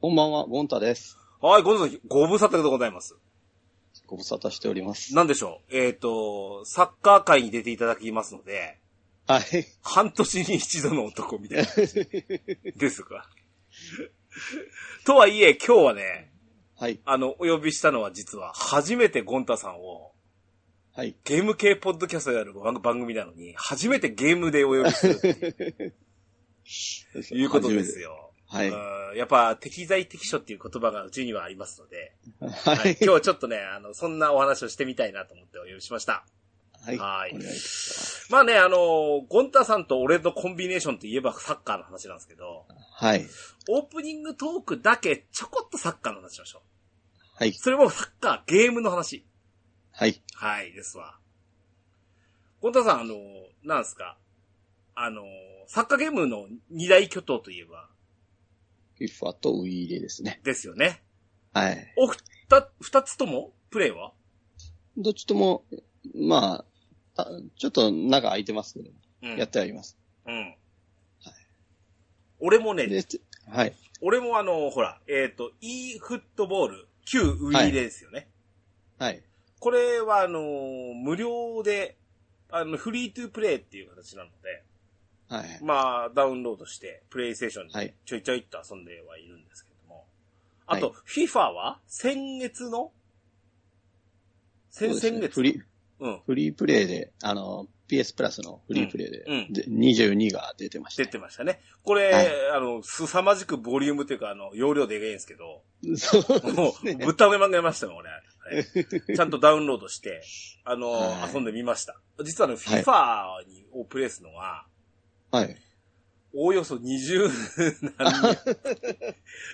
こんばんは、ゴンタです。はい、ご無沙汰、ご無沙汰でございます。ご無沙汰しております。なんでしょう。えっ、と、サッカー界に出ていただきますので、はい。半年に一度の男み たいな感じですか。とはいえ、今日はね、はい。あの、お呼びしたのは実は、初めてゴンタさんを、はい。ゲーム系ポッドキャストである番番組なのに、初めてゲームでお呼びするっていういうことですよ。 初めてうんやっぱ、適材適所っていう言葉がうちにはありますので、ははいい。今日はちょっとね、あの、そんなお話をしてみたいなと思ってお呼びしました。はい。はいお願いしまあね、あのゴンタさんと俺のコンビネーションといえばサッカーの話なんですけど、ます。はい。オープニングトークだけちょこっとサッカーの話しましょう。はい。それもサッカー、ゲームの話。はい。はい、ですわ。ゴンタさん、あのなんですかあのサッカーゲームの二大巨頭といえば、 FIFA とウイイレですね。ですよね。はい。おふた、二つともプレイはどっちとも、まあ、あちょっと中空いてますけど、うん。やってはいます。うん。俺もね、で、つはい。俺もあの、ほら、えっ、と、e フットボール、旧ウイイレですよね。はい。これはあのー無料で、あの、フリートゥープレイっていう形なので、はい。まあ、ダウンロードして、プレイステーションはでいちょいちょいっと遊んではいるんですけども。あと、は FIFA は先月のそう先ですね々月フリー、うん。フリープレイで、あの、PS プラスのフリープレイで、うんうんで22が出てました出ね、てましたね。これ、はいあの、凄まじくボリュームというか、あの、容量でかいんですけど、 そうもですう、ね。ぶったまげましたよ、俺。 はいちゃんとダウンロードして、あの、はい遊んでみました。実はあの、FIFA にをプレイするのは、はい。おおよそ20何 年。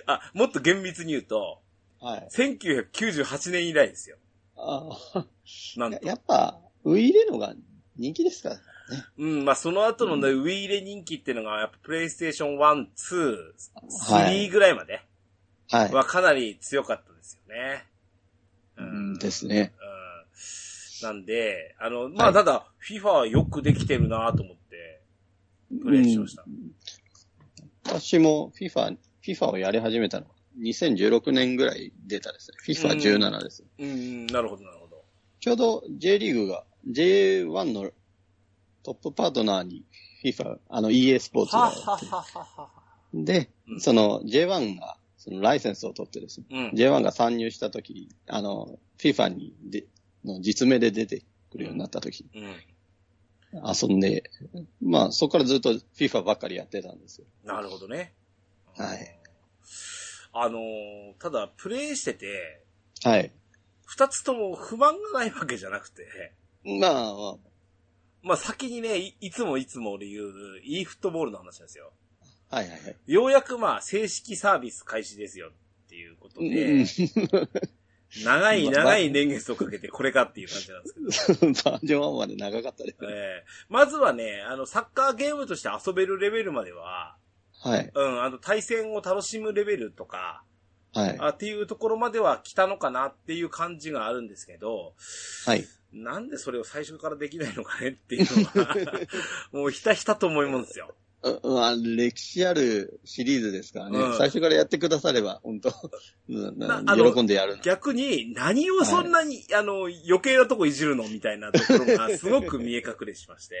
あ、もっと厳密に言うと、はい。 1998年以来ですよ。あーなんやと。やっぱ、ウイイレのが人気ですからね。うん、まあその後のね、ウィーレ人気っていうのが、やっぱプレイステーション1、2、3ぐらいまではい。はかなり強かったですよね。ううんんですね。うんなんで、あの、まあはいただ、FIFA はよくできてるなと思って、プレイしました。私も FIFA、FIFA をやり始めたのは2016年ぐらい出たですね。FIFA17 です、うん、なるほど、なるほど。ちょうど J リーグが J1 のトップパートナーに FIFA、あの EA スポーツがはやはってははは。でう、んその J1 がそのライセンスを取ってですね、うん。 J1 が参入した時、あの FIFA にでの実名で出てくるようになった時、うん。遊んで、まあそこからずっと FIFA ばっかりやってたんですよ。なるほどね。はい。あのー、ただ、プレイしてて、はい。二つとも不満がないわけじゃなくて、まあまあ、まあ先にね、いいつもいつも俺言う、e フットボールの話なんですよ。はいはいはい。ようやくまあ、正式サービス開始ですよっていうことうん で、長いまあ長い年月をかけてこれかっていう感じなんですけど、バージョン1まで長かったです。えーまずはね、あの、サッカーゲームとして遊べるレベルまでは、はい。うん、あの、対戦を楽しむレベルとか、はい。あっていうところまでは来たのかなっていう感じがあるんですけど、はい。なんでそれを最初からできないのかねっていうのは、もうひたひたと思いますよ。うまあ、歴史あるシリーズですからね、うん最初からやってくだされば、本当うんななあの喜んでやる。逆に、何をそんなに、あの、余計なとこいじるのみたいなところがすごく見え隠れしまして、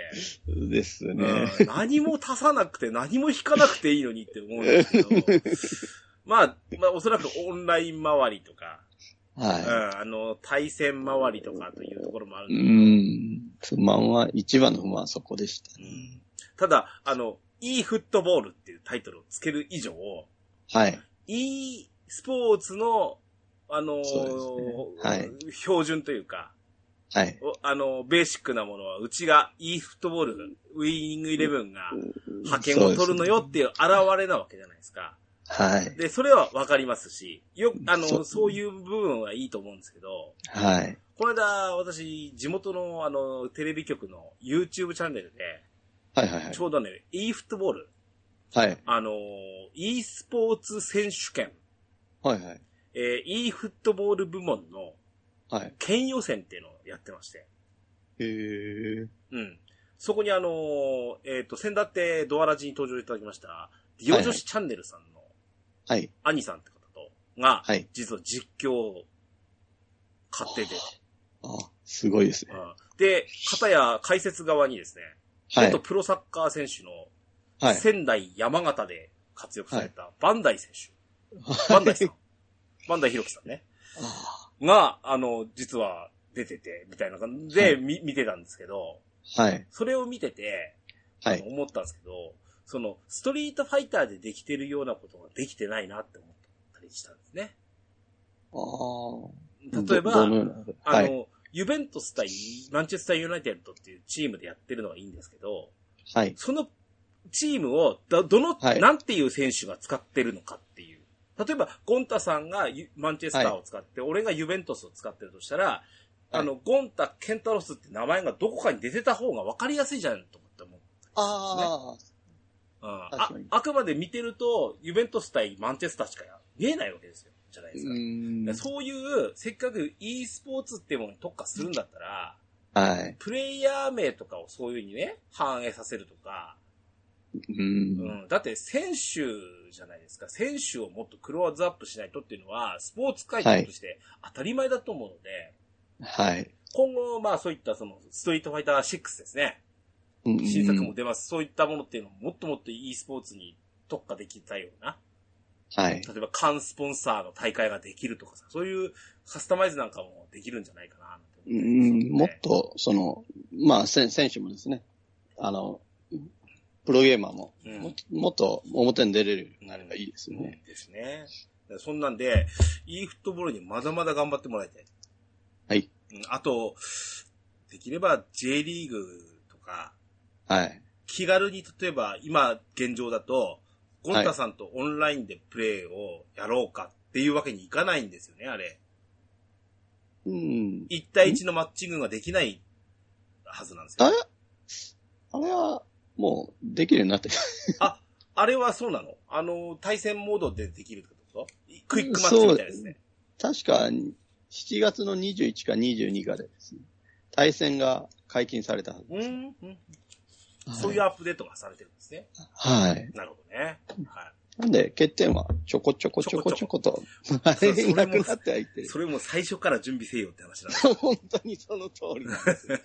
ですね。うん何も足さなくて何も引かなくていいのにって思うんですけど、まあ、まあ、おそらくオンライン周りとか、うん、はあの、対戦周りとかというところもあるんい。でうん。不満は、一番の不満はそこでした、うんただ、あの、e フットボールっていうタイトルをつける以上、はい。 e スポーツの、あのーそうですねはい標準というか、はい。おあのーベーシックなものは、うちが e フットボール、ウィーニングイレブンが派遣を取るのよっていう現れなわけじゃないですか。そうですね。で、それはわかりますし、よ、あの、そうそういう部分はいいと思うんですけど、はい。はい。この間、私、地元の、あの、テレビ局の YouTube チャンネルで、はいはいはいち。ょうどね、e フットボール、はい。あのー、e スポーツ選手権、はいはい。えー、e フットボール部門のはい。県予選っていうのをやってまして。へーうん。そこにあのーえっ、と、先だってドアラジに登場いただきました、ディオ女子チャンネルさんのはい。兄さんって方がが、はい実は実況を買ってて、あ、すごいですね。うんで、片や解説側にですね、はい元。プロサッカー選手のはい。仙台山形で活躍されたバンダイ選手、バンダイさ ん、バンダイ博樹さんね、あが、あの、実は出てて、みたいな感じで、はいみ見てたんですけど、はい。それを見てて、はあい。の思ったんですけど、その、ストリートファイターでできてるようなことができてないなって思ったりしたんですね。ああ。例えば、どどのようなあはの、い。ユベントス対マンチェスターユナイテッドっていうチームでやってるのはいいんですけど、はい。そのチームをど、どの、はいなんていう選手が使ってるのかっていう。例えば、ゴンタさんがユマンチェスターを使って、俺がユベントスを使ってるとしたら、あの、ゴンタ・ケンタロスって名前がどこかに出てた方が分かりやすいじゃんと思って思う。あうんあ確かにあくまで見てると、ユベントス対マンチェスターしか見えないわけですよ。じゃないあ。うですか。ーん。そういう、せっかく e スポーツっていうものに特化するんだったら、はい。プレイヤー名とかをそういうふうにね、反映させるとか、う。うんん、だって選手じゃないですか。選手をもっとクローズアップしないとっていうのは、スポーツ界として当たり前だと思うので、はい。今後、まあそういったその、ストリートファイター6ですね。うん新作も出ます。そういったものっていうのをもっともっと e スポーツに特化できたような。はい。例えば、缶スポンサーの大会ができるとかさ、そういうカスタマイズなんかもできるんじゃないかななんてう思ってますね、んもっと、その、まあ、せん選手もですね、あの、プロゲーマーも、うんももっと表に出れるようになればいいですよね。ですね。そんなんで、e フットボールにまだまだ頑張ってもらいたい。はい。うんあと、できれば J リーグとか、はい。気軽に例えば今現状だと、ゴンタさんとオンラインでプレーをやろうかっていうわけにいかないんですよね、あれ。うん。 1対1のマッチングができないはずなんですあよれ。あれは、もう、できるようになってる。あれはそうなのあの、対戦モードでできるってことクイックマッチみたいですね。確か、7月の21か22かでですね、対戦が解禁されたはず。うん、うん。そういうはアップデートがされてるんですね。い。はいなるほどね。はなんで、欠点は、ちょこちょこちょこちょこと、あれなくなってはいってい。る。それも最初から準備せよって話なんです。本当にその通りなんですよ。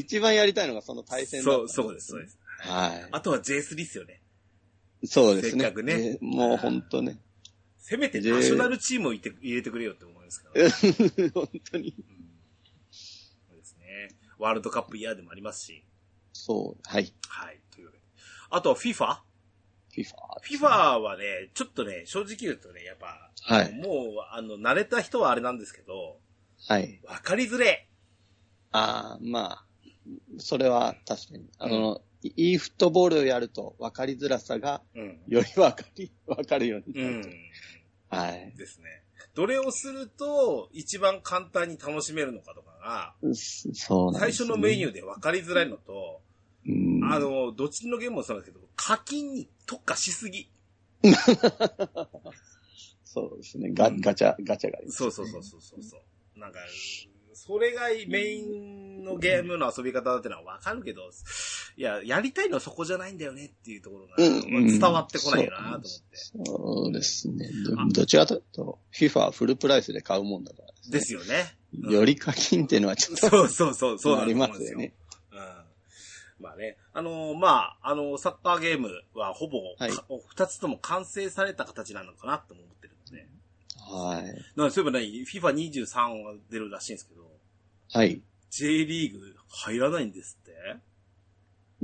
一番やりたいのがその対戦だったそう、そうです、そうです。はあとは J3 ですよね。い。そうですね。せっかくねえもう本当ね。 せめてでナショナルチームを入れて入れてくれよって思うんですけど、ね。本当に。うんそうですね。ワールドカップイヤーでもありますし。そう。はい。はい。というわけで。あとは FIFA?FIFA FIFA。はね、ちょっとね、正直言うとね、やっぱ、はいもう、あの、慣れた人はあれなんですけど、はい。わかりづれああ、まあ、それは確かに。あの、いいフットボールをやると分かりづらさが、え。うん。より分かり、分かるようにうなる。ん。はい。ですね。どれをすると、一番簡単に楽しめるのかとかそそうが、なん最です、初ね。のメニュューで分かりづらいのと、ー。うん。あの、どっちのゲームもそうなんですけど、課金に特化しすぎ。そうですね。ガガチャ、ガチャがあります。そうそうそうそうそうそう。なんか、それがメインのゲームの遊び方だってのはわかるけど、いや、やりたいのはそこじゃないんだよねっていうところが伝わってこないよなと思って。そうですね。あどどちらかというと、FIFA はフルプライスで買うもんだからですね、ですよね。うんより課金っていうのはちょっと、そうそうそう、そうあなんりだとま思うすんですよよ。ね。うんまあね、あのーまあ、あのーサッカーゲームはほぼ、はいか二つとも完成された形なのかなとも思ってるので。はい。なんかそういえばね、FIFA23 が出るらしいんですけど、はい。 J リーグ入らないんですって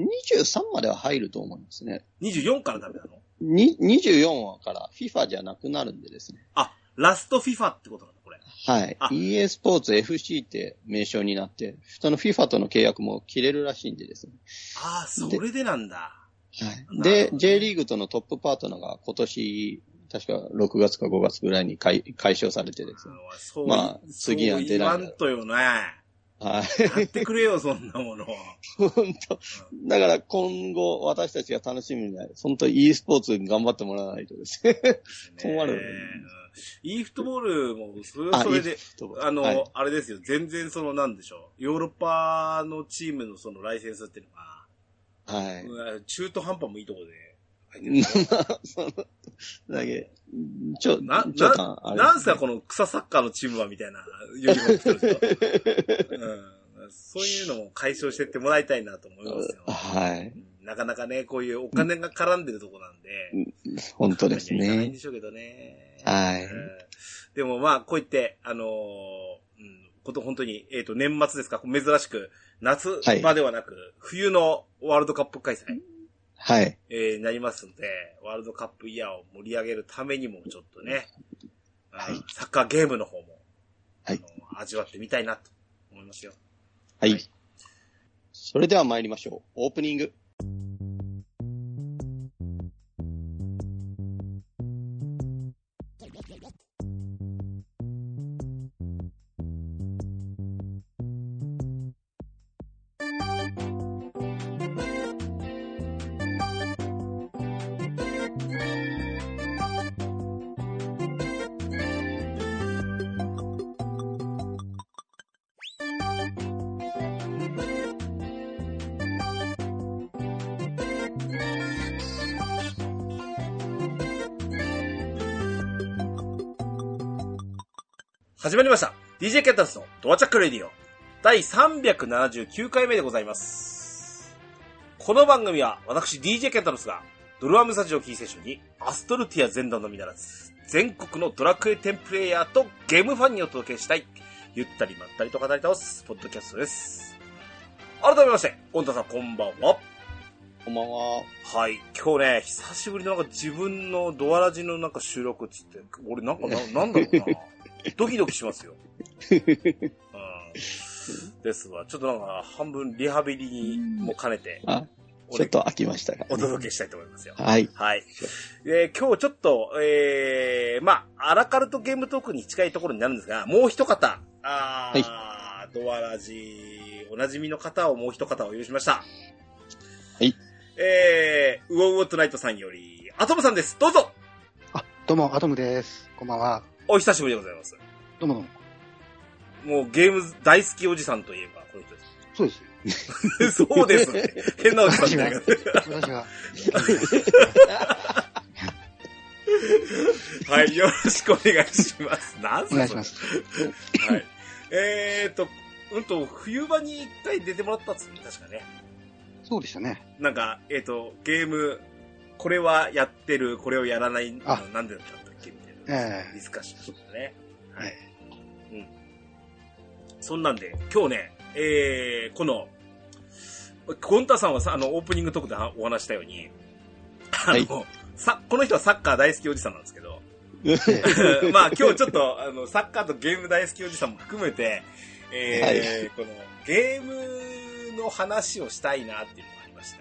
23までは入ると思いますね。 ?24 からダメなのに24話から FIFA じゃなくなるんでですね。あ、ラスト FIFA ってことなんだ、これ。はいあ。 EA スポーツ FC って名称になって、その FIFA との契約も切れるらしいんでですね。ああ、それでなんだ。はい。なるでほ、ど J リーグとのトップパートナーが今年、確か6月か5月ぐらいに解解消されてですね。あーそう、まあ次はそう言出わられないんとよね。はい。 やってくれよ、そんなもの。本当。だから今後私たちが楽しみになる、本当 e スポーツに頑張ってもらわないとですね。 困るねえ。うん e フットボールも、それはあそれで、 e- あの、はいあれですよ、全然その、なんでしょう。ヨーロッパのチームのそのライセンスっていうのが、はい。うん中途半端もいいとこで、入ってる。まあ、その、だけ、ちょ、な、ちょっなと、あ、れ。なんすかこの草サッカーのチームはみたいなユニフォーム着てる人。 うん。そういうのも解消してってもらいたいなと思いますよ。はい。なかなかね、こういうお金が絡んでるとこなんで。本当です簡単にはいかないんねで。しょうけどね。はいうんでもまあ、こう言って、あのーうん、こと本当に、えっ、と、年末ですか、珍しく、夏場ではなく、冬のワールドカップ開催、はい。えーになりますので、ワールドカップイヤーを盛り上げるためにも、ちょっとね、あーはいサッカーゲームの方も、はいあの味わってみたいなと思いますよ。はい。それでは参りましょう。オープニング。始まりました。DJ キャッタスのドアチャックレディオ第379回目でございます。この番組は私 DJ キャッタスがドラムスタジオキーセッションにアストルティア全土のみならず全国のドラクエ10プレイヤーとゲームファンにお届けしたいゆったりまったりと語り倒すポッドキャストです。改めまして、ゴンタさんこんばんは。こんばんは。はい、今日ね、久しぶりのなんか自分のドアラジのなんか収録っつって、俺なん かな、なんだろうな。ドキドキしますよ。うん。ですわ。ちょっとなんか半分リハビリにも兼ねて、あ、ちょ俺っと飽きましたか。お届けしたいと思いますよ。はい。はい。えー今日ちょっと、えー、まあ、アラカルトゲームトークに近いところになるんですが、もう一方、あー、ドアラジ、おなじみの方をもう一方お許しました。はい。えー、ウォウォトナイトさんより、アトムさんです。どうぞあ、どうも、アトムです。こんばんは。お久しぶりでございます。どうもどうも。もうゲーム大好きおじさんといえば、この人そ うです。です。 そうですね。変なおじさんみたいな。私 が。はい、よろしくお願いします。なんすかそれお願いします。はい。えーと、うんと、冬場に一回出てもらったんですよね、確かね。そうでしたね。なんか、えっ、と、ゲーム、これはやってる、これをやらない、あなんでだったっけみたいな。ええディスカッションしましたね。ははいい。うん。そんなんで、今日ね、えー、この、ゴンタさんはさ、あの、オープニングトークでお話したように、あいの、さ、この人はサッカー大好きおじさんなんですけど、ええ まあ今日ちょっとあのサッカーとゲーム大好きおじさんも含めて、えーこのゲームの話をしたいなっていうのがありました。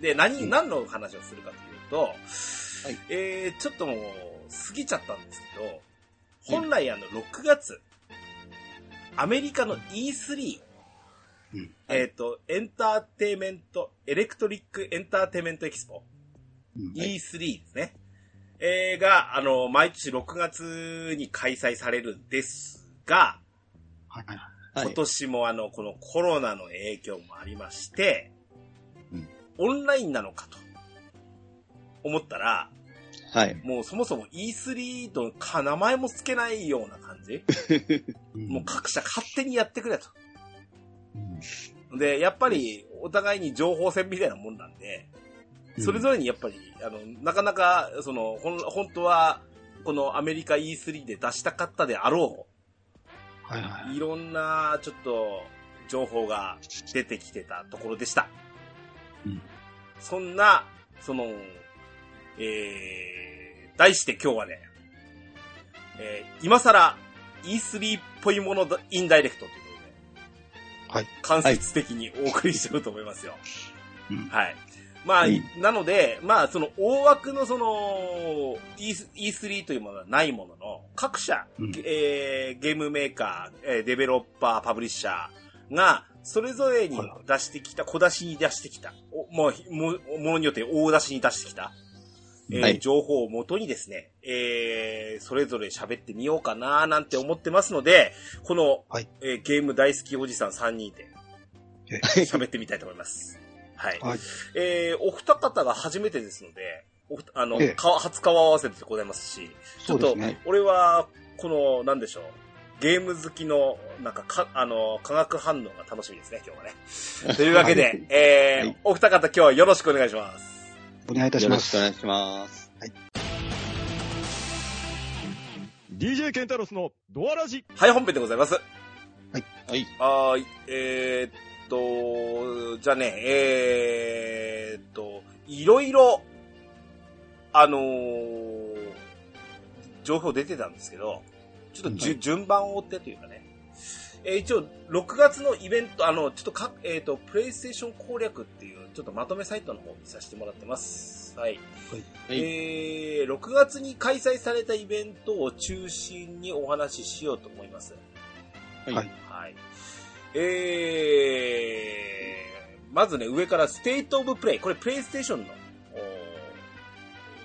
で、何、何の話をするかというと、えーちょっともう過ぎちゃったんですけど、本来あの6月、アメリカの E3、うんえっ、と、エンターテイメント、エレクトリックエンターテイメントエキスポ、うん E3 ですね。えーが、あの、毎年6月に開催されるんですが、はいはいは今い。年もあの、このコロナの影響もありまして、うんオンラインなのかと思ったら、はい。もうそもそも E3 とか名前もつけないような感じ。うんもう各社勝手にやってくれと。うんで、やっぱりお互いに情報戦みたいなもんなんで、それぞれにやっぱり、あの、なかなか、その、ほん、本当は、このアメリカ E3 で出したかったであろはいはう、いろんな、ちょっと、情報が出てきてたところでした。うんそんな、その、えー、題して今日はね、えー、今更 E3 っぽいものだインダイレクトということはで、い。間接的にお送りしてると思いますよ。い。うんはい。まあ、うんなので、まあ、その大枠のその、E- E3 というものはないものの、各社、うんえーゲームメーカー、えーデベロッパー、パブリッシャーが、それぞれに出してきた、小出しに出してきた、おもうひもものによって大出しに出してきた、えーはい情報をもとにですね、えーそれぞれ喋ってみようかななんて思ってますので、この、はいえーゲーム大好きおじさん3人でえ、 喋ってみたいと思います。はい。はい。えーお二方が初めてですので、おあの、ええ顔初顔合わせでございますし、ちょそっうでとすね。俺は、この、なんでしょう、ゲーム好きの、なんかか、あの、化学反応が楽しみですね、今日は ね。というわけで、はいえーはいお二方今日はよろしくお願いします。お願いいたしよろましくおす。願いします。 DJ ケンタロスのドアラジはい、本編でございます。はい。はーい、えーっと、じゃあね、えーっと、いろいろ、あのー情報出てたんですけど、ちょっとじゅ、順番を追ってというかね、えー一応、6月のイベント、あの、ちょっとか、えーっと、プレイステーション攻略っていう、ちょっとまとめサイトの方を見させてもらってます。はい。はい。えー6月に開催されたイベントを中心にお話ししようと思います。はいはいはい。えー、まずね、上からステートオブプレイ。これ、プレイステーションのおー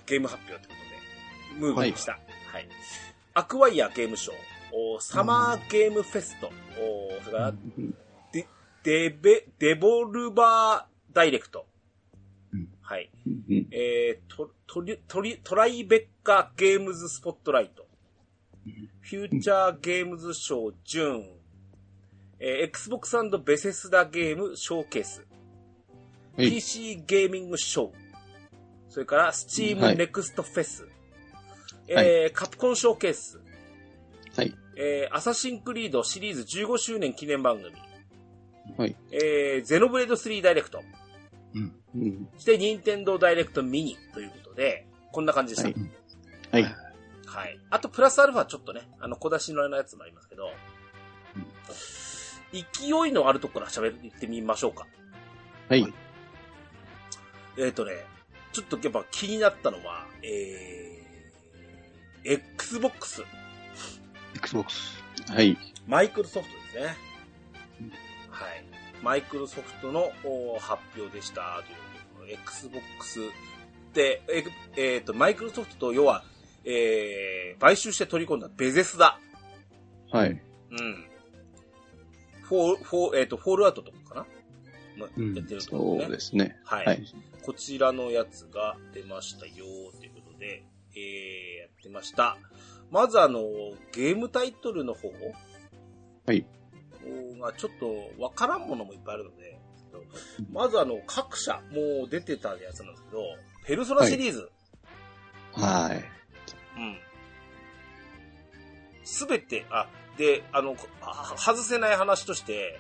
ゲーム発表ってことで、ムービーでした。はい。アクワイアゲームショー、おーサマーゲームフェスト、おーそれからデベ、デボルバーダイレクト。うんはい。うんえー、トトリトリトライベッカゲームズスポットライト、フューチャーゲームズショージューン、えー Xbox& ベセスダゲームショーケース、はい PC ゲーミングショー、それからは Steam いネクストフェス、はえーカプコンショーケース、はい。えーアサシンクリードシリーズ15周年記念番組、はい。えーゼノブレード3ダイレクト、うん。うんそして任天堂ダイレクトミニということで、こんな感じでした。はいはい。はい。あと、プラスアルファちょっとね、あの、小出しのやつもありますけど、うん勢いのあるところから喋ってみましょうか。はい。えっ、とね、ちょっとやっぱ気になったのは、えー、Xbox、 Xbox。はい。マイクロソフトですねうん。はい。マイクロソフトのお発表でした。ということで、Xbox で、えっ、えーと、マイクロソフトと要は、えー、買収して取り込んだベゼスダ。はい。うん。フォー、フォー、えっ、と、フォールアウトとかかな、うんやってるところそうねで。すね。はい、はい。こちらのやつが出ましたよということで、えー、やってました。まずあの、ゲームタイトルの方はい。がちょっとわからんものもいっぱいあるので、まずあの、各社、もう出てたやつなんですけど、ペルソナシリーズ。はい。うん。すべて、あ、で、あの、あ外せない話として、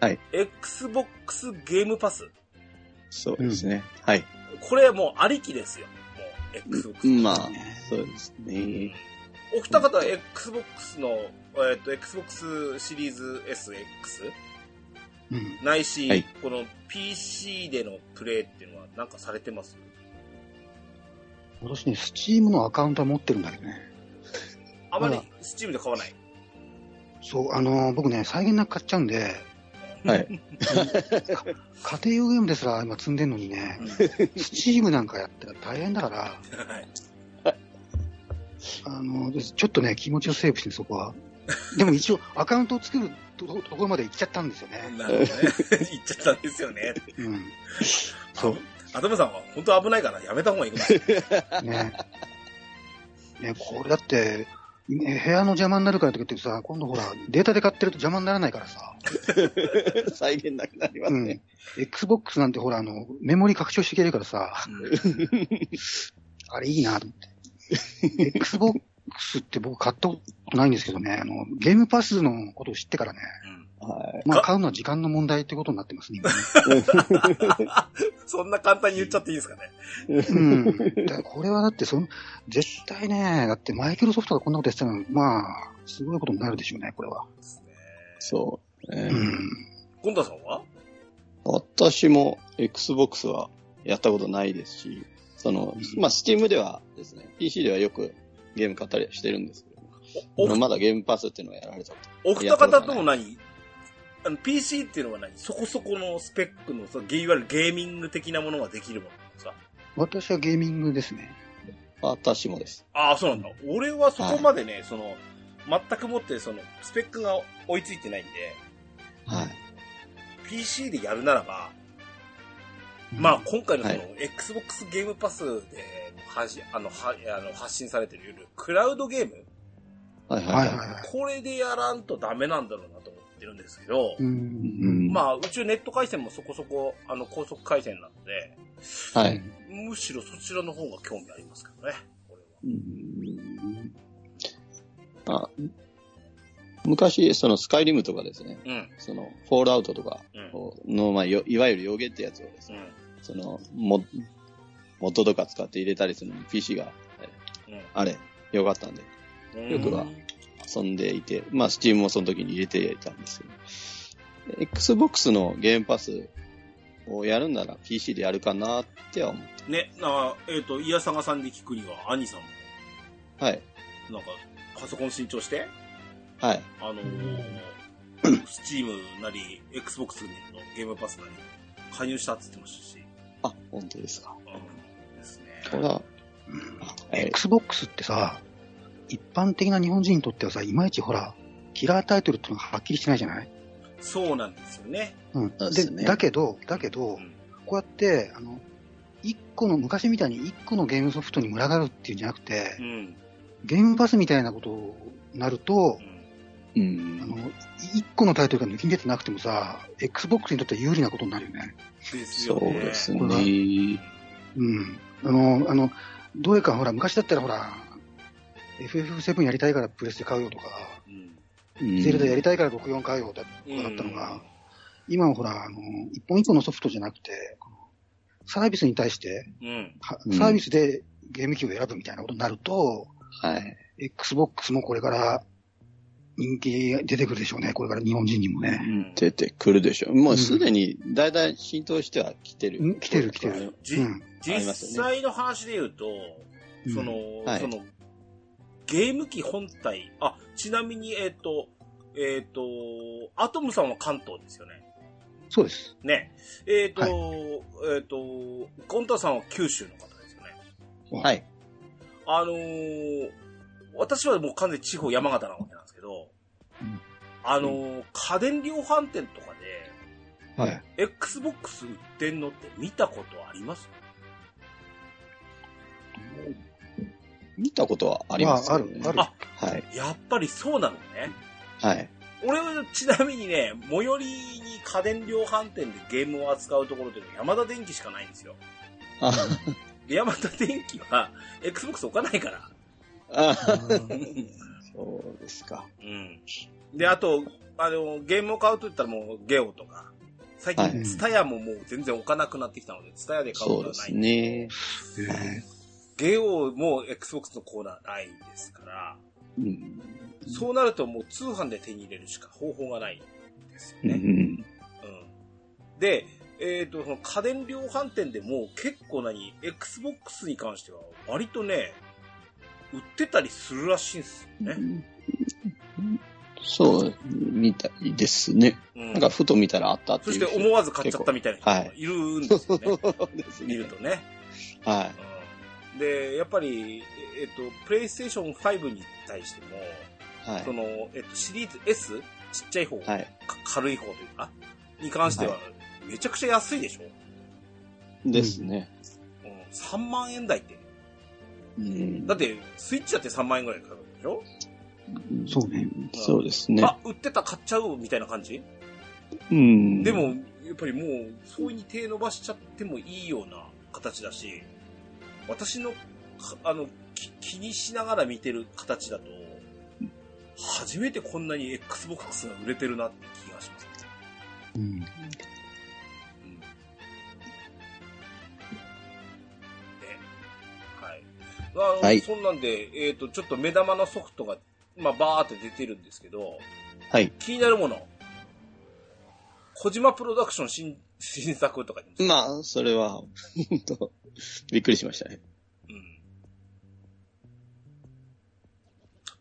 はい。 Xbox ゲームパス。そうですね。はい。これもうありきですよ。もう、Xbox。まあ、そうですね。お二方は Xbox の、えっ、と、Xbox シリーズ SX うん。ないし、はいこの PC でのプレイっていうのはなんかされてます私ね、Steam のアカウントは持ってるんだけどね。あまりあ Steam で買わない。そう、あのー僕ね、際限なく買っちゃうんで、はい。 家庭用ゲームですら今積んでんのに ね、Steam なんかやったら大変だから、はい。あのーちょっとね、気持ちをセーブして、そこ は。でも一応、アカウントを作るとところまで行っちゃったんですよね。なるほどね。 言っちゃったんですよね。うん。そう。頭さんは本当危ないからやめた方がいいかな。ね。ね、これだって、ね部屋の邪魔になるからとか言ってさ、今度ほら、データで買ってると邪魔にならないからさ、再現なくなりまうすんね。。 Xbox なんてほら、あの、メモリ拡張していけるからさ、あれいいなと思って。Xbox って僕買ったことないんですけどね、あの、ゲームパスのことを知ってからね、はい。まあか買うのは時間の問題ってことになってますね、今ねそんな 簡単に言っちゃっていいんですかね。うん。だからこれはだってその、絶対ね、だってマイクロソフトがこんなことやってたら、まあ、すごいことになるでしょうね、これは。 そう、ねうん。ゴンタさんは私も Xbox はやったことないですし、そのう、んまあ、Steam ではですね、PC ではよくゲーム買ったりはしてるんですけど、おあのまだゲームパスっていうのはやられたこお二方とも何あの、PC っていうのは何そこそこのスペックの、そのゲいわゆるゲーミング的なものができるものなんですか私はゲーミングですね。と私もです。ああ、そうなんだ。俺はそこまでね、その、全くもって、その、スペックが追いついてないんで、はい。 PC でやるならば、まあ今回のその、は Xbox ゲームパスではじあのはあの発信されてるよりクラウドゲームはいははいいはいははい。これでやらんとダメなんだろうなと思ってるんですけど、うん。い。うん。まあ、うちネット回線もそこそこ、あの、高速回線なので、はい。むしろそちらの方が興味ありますけどね、これは。うんあ昔、そのスカイリムとかですね、うん、そのフォールアウトとかうん、の、まあ、よいわゆる予言ってやつをですうね、ん、その、も、モッドとか使って入れたりするのに PC があれ、良かったんで、うん。よくは遊んでいて、まあ、Steam もその時に入れていたんですけど、Xbox のゲームパスをやるんなら PC でやるかなっては思う。ね、な、えっ、と、イヤサガさんで聞くには、兄さんも、はい。なんか、パソコン新調して、はい。あのスチームなり、Xbox のゲームパスなり、加入したって言ってましたし、あ、本当ですか。うん、ですね。これは、はい Xbox ってさ、一般的な日本人にとってはさ、いまいちほら、キラータイトルっていうのがはっきりしてないじゃないそうなんですよね。うん。そうでですねだけど、だけど、んこうやって、あの、一個の、昔みたいに一個のゲームソフトに群がるっていうんじゃなくてう、ん。ゲームパスみたいなことになるとう、ん。うあん。の、一個のタイトルが抜き出てなくてもさ、Xbox にとっては有利なことになるよね。ですそようね。ですこね。うん。あの、あの、どれかほら、昔だったらほら、FF7 やりたいからプレステ買うよとか、うん。うんゼルダやりたいから64買うよだとかだったのが、今はほら、あの、一本一本のソフトじゃなくて、このサービスに対して、うん。はうんサービスでゲーム機を選ぶみたいなことになると、はい。 Xbox もこれから人気が出てくるでしょうね。これから日本人にもうね。ん。出てくるでしょう。もうすでに、だいたい浸透しては来てる。うん来てる来てるじうんあ実りますよね際の話で言うと、うんその、はいその、ゲーム機本体、あ、ちなみに、えっ、と、えっ、と、アトムさんは関東ですよね。そうです。ね。えっ、と、はえっ、と、ゴンタさんは九州の方ですよね。はい。あのー私はもう完全に地方山形なわけなんですけど、うんあのー家電量販店とかははいい。で、Xbox 売ってんのって見たことあります見たことはありますよねまああるあはい。やっぱりそうなのね。はい。俺はちなみにね、最寄りに家電量販店でゲームを扱うところというのは山田電機しかないんですよ。あ、で、山田電機は Xbox 置かないから。あ、うそうですか。ん。で、あと、あの、ゲームを買うと言ったらもうゲオとか。最は近、いツタヤももう全然置かなくなってきたので、ツタヤで買うそこうとではなすい。ね。えゲオも Xbox のコーナーないですから、うん。そうなるともう通販で手に入れるしか方法がないんですようね。ん。うんで、えっ、と、その家電量販店でも結構なに、Xbox に関しては割とね、売ってたりするらしいんですよね。そう、みたいですね。うんなんか、ふと見たらあったってそいしうて人。思わず買っちゃったみたいな人がいるんですよね。 そうです見ねる。とね。はうんで、やっぱり、えっ、と、PlayStation 5に対しても、い。はそい。の、えっ、と、シリーズ S、ちっちゃい方、はい。か軽い方というか、に関しては、めちゃくちゃ安いでしょ、ですね。うん、?3 万円台って。うんだっ、て、スイッチだって3万円ぐらいかかるでしょ、うんそうね。そうですね。あ、売ってた買っちゃうみたいな感じ、うん。で、も、やっぱりもう、そうに手伸ばしちゃってもいいような形だし、私の、かあの、き気にしながら見てる形だと、初めてこんなに Xbox が売れてるなって気がします。えうんうん。で、はい。あのはいそんなんで、えっ、と、ちょっと目玉のソフトが、まあ、バーって出てるんですけど、はい。気になるもの。小島プロダクション新新作とか言ってますまあ、それは、 本当びっくりしましたね。うん。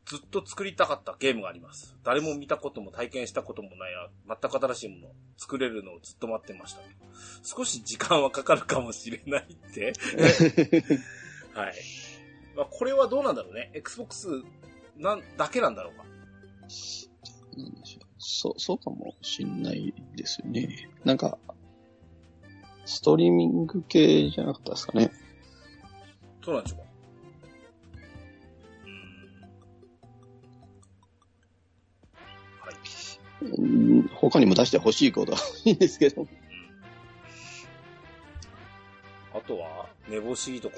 ずっと作りたかったゲームがあります。誰も見たことも体験したこともない、全く新しいもの、作れるのをずっと待ってました。少し時間はかかるかもしれないって。はい。まあ、これはどうなんだろうね。Xbox なんだけなんだろうか。なんでしょうそう、そうかもしんないですよね。なんか、ストリーミング系じゃなかったですかね。どうなんでしょうか。うん他にも出してほしいことはいいんですけど、あとは、寝ぼしいとこ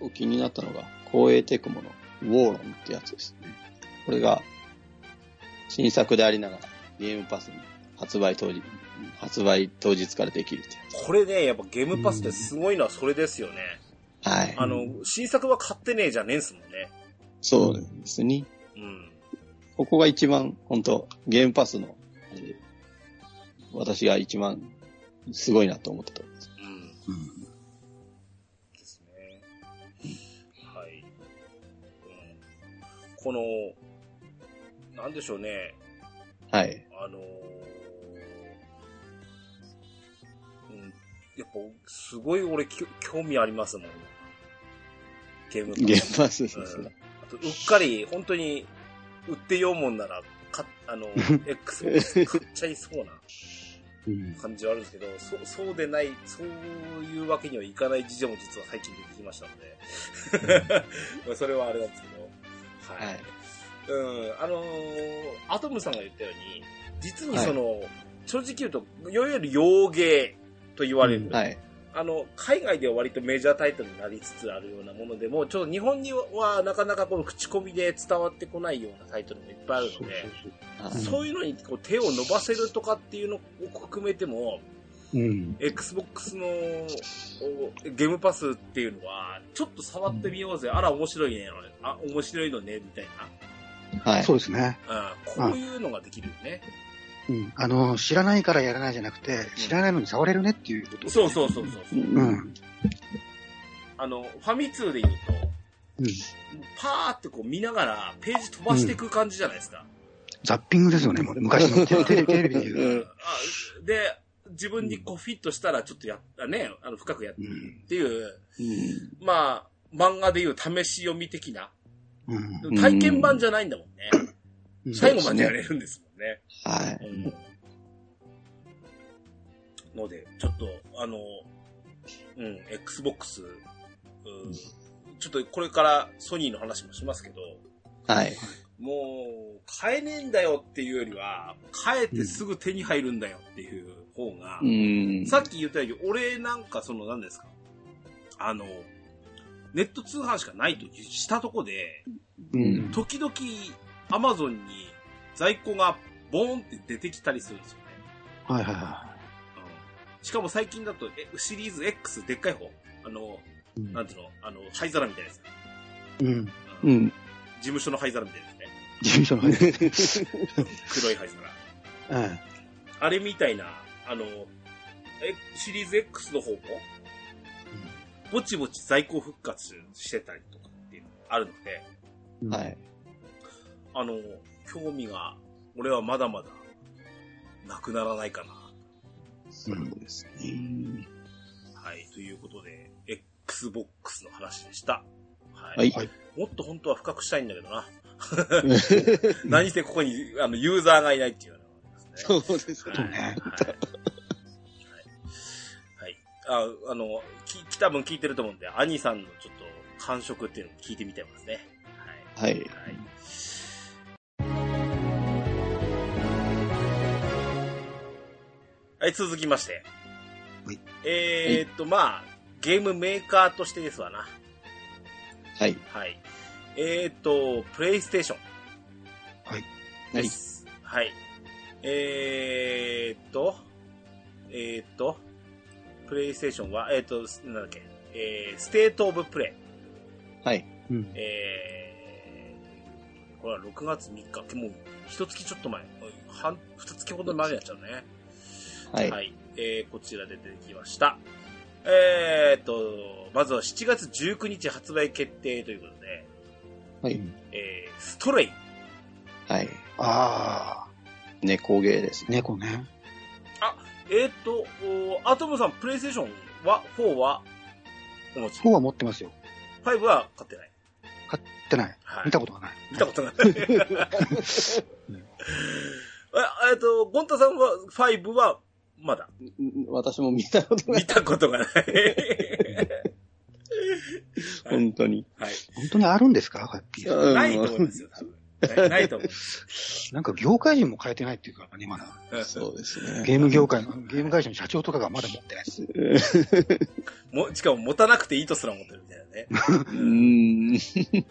ろ。気になったのが、光栄テクモのウォーロンってやつですね。これが、新作でありながら、ゲームパスに発売当日、発売当日からできるってやこれね、やっぱゲームパスってすごいのはそれですよね。つ。はい。あの、新作は買ってねえじゃねえんすもんね。そうですね。うん。ここが一番、本当ゲームパスの、あれで私が一番、すごいなと思ったところです。うん。うんですね。はい。うん、この、なんでしょうね、はい。あのーうん、やっぱ、すごい俺きょ、興味ありますもん。ゲームパスゲームパスですね。あとうっかり、本当に、売ってようもんなら、か、あ の、Xbox 買っちゃいそうなうん感じはあるんですけど、そそうでない、そういうわけにはいかない事情も実は最近出てきましたので、ま あそれはあれなんですけど、はい。はいうん、あのーアトムさんが言ったように、実にその、正直言うと、いわゆる洋芸と言われる、はい。あの、海外では割とメジャータイトルになりつつあるようなものでも、ちょっと日本にはなかなかこの口コミで伝わってこないようなタイトルもいっぱいあるので、はいそういうのにこう手を伸ばせるとかっていうのを含めても、うん。 Xbox のおゲームパスっていうのは、ちょっと触ってみようぜ、あら面白いね、あ、面白いのね、みたいはい。そうですね。な、うん、こういうのができるよね。うん。あの、知らないからやらないじゃなくて、知らないのに触れるねっていうこと。そうそうそうそう。ううんん。あの、ファミ通で言うと、うん。パーってこう見ながらページ飛ばしていく感じじゃないですか。ザッピングですよね、もうね昔 のテレテレビテレビで言う。うんあで、自分にこうフィットしたらちょっとやったね、あの深くやっうん。ていう、まあ、漫画でいう試し読み的な、うん。ん体験版じゃないんだもんね。うん最後までやれるんですもんね。はうい。んので、ちょっと、あの、うん、Xbox、うん、ちょっとこれからソニーの話もしますけど、はい。もう、買えねえんだよっていうよりは、買えてすぐ手に入るんだよっていう方が、うん。さっき言ったように、俺なんかその何ですかあの、ネット通販しかないとしたとこで、うん。時々アマゾンに在庫がボーンって出てきたりするんですよね。はいはいはうん、しかも最近だと、えシリーズ X でっかい方。あの、い。なんていうのあの、灰皿みたいなやつ。うん。うんうん。事務所の灰皿みたいなやつね。事務所の話。 黒い灰皿。うん。あれみたいな、あの、えシリーズ X の方も、ぼちぼち在庫復活してたりとかっていうのがあるので、はい。あの、興味が、俺はまだまだ、なくならないかな。そうですね。はい、ということで、Xbox の話でした。はい。はい。もっと本当は深くしたいんだけど な。何せここに、あの、ユーザーがいないっていうのがありますね。そうですはいね。はい。はいあ、あの、き、き多分聞いてると思うんで、アニさんのちょっと感触っていうのも聞いてみたいですね。はい。はい。はい。はい、続きまして。はいえーっと、まあ、ゲームメーカーとしてですわな。はい。はい。えーっと、プレイステーション。はでい。す。はい。えーっと、えーっと、プレイステーションは、えーっと、すなんだっけ、えー、ステートオブプレイ。はい。うん。えー、これは6月3日、もう、一月ちょっと前、半、二月ほど前になっちゃうね。はい。はい。えー、こちらで出てきました。えーっと、まずは7月19日発売決定ということで、はい。えー、ストレイ。ああ、猫芸ですね。猫ね。えーっと、おアトムさん、プレイステーションは、4は、お持ち。 4は持ってますよ。 5は買ってない。買ってない。はい見たことがない。見たことない。 ええーっと、ゴンタさんは、5は、まだ。うん私も見たことない。見たことがない。はい本当に。はい。本当にあるんですかハッピー。ないと思いますよ、多分。ないないと思う。なんか業界人も変えてないっていうからね、まだ。そうですね。ゲーム業界の、ゲーム会社の社長とかがまだ持ってないです。もしかも持たなくていいとすら思ってるみたいなね。うーん。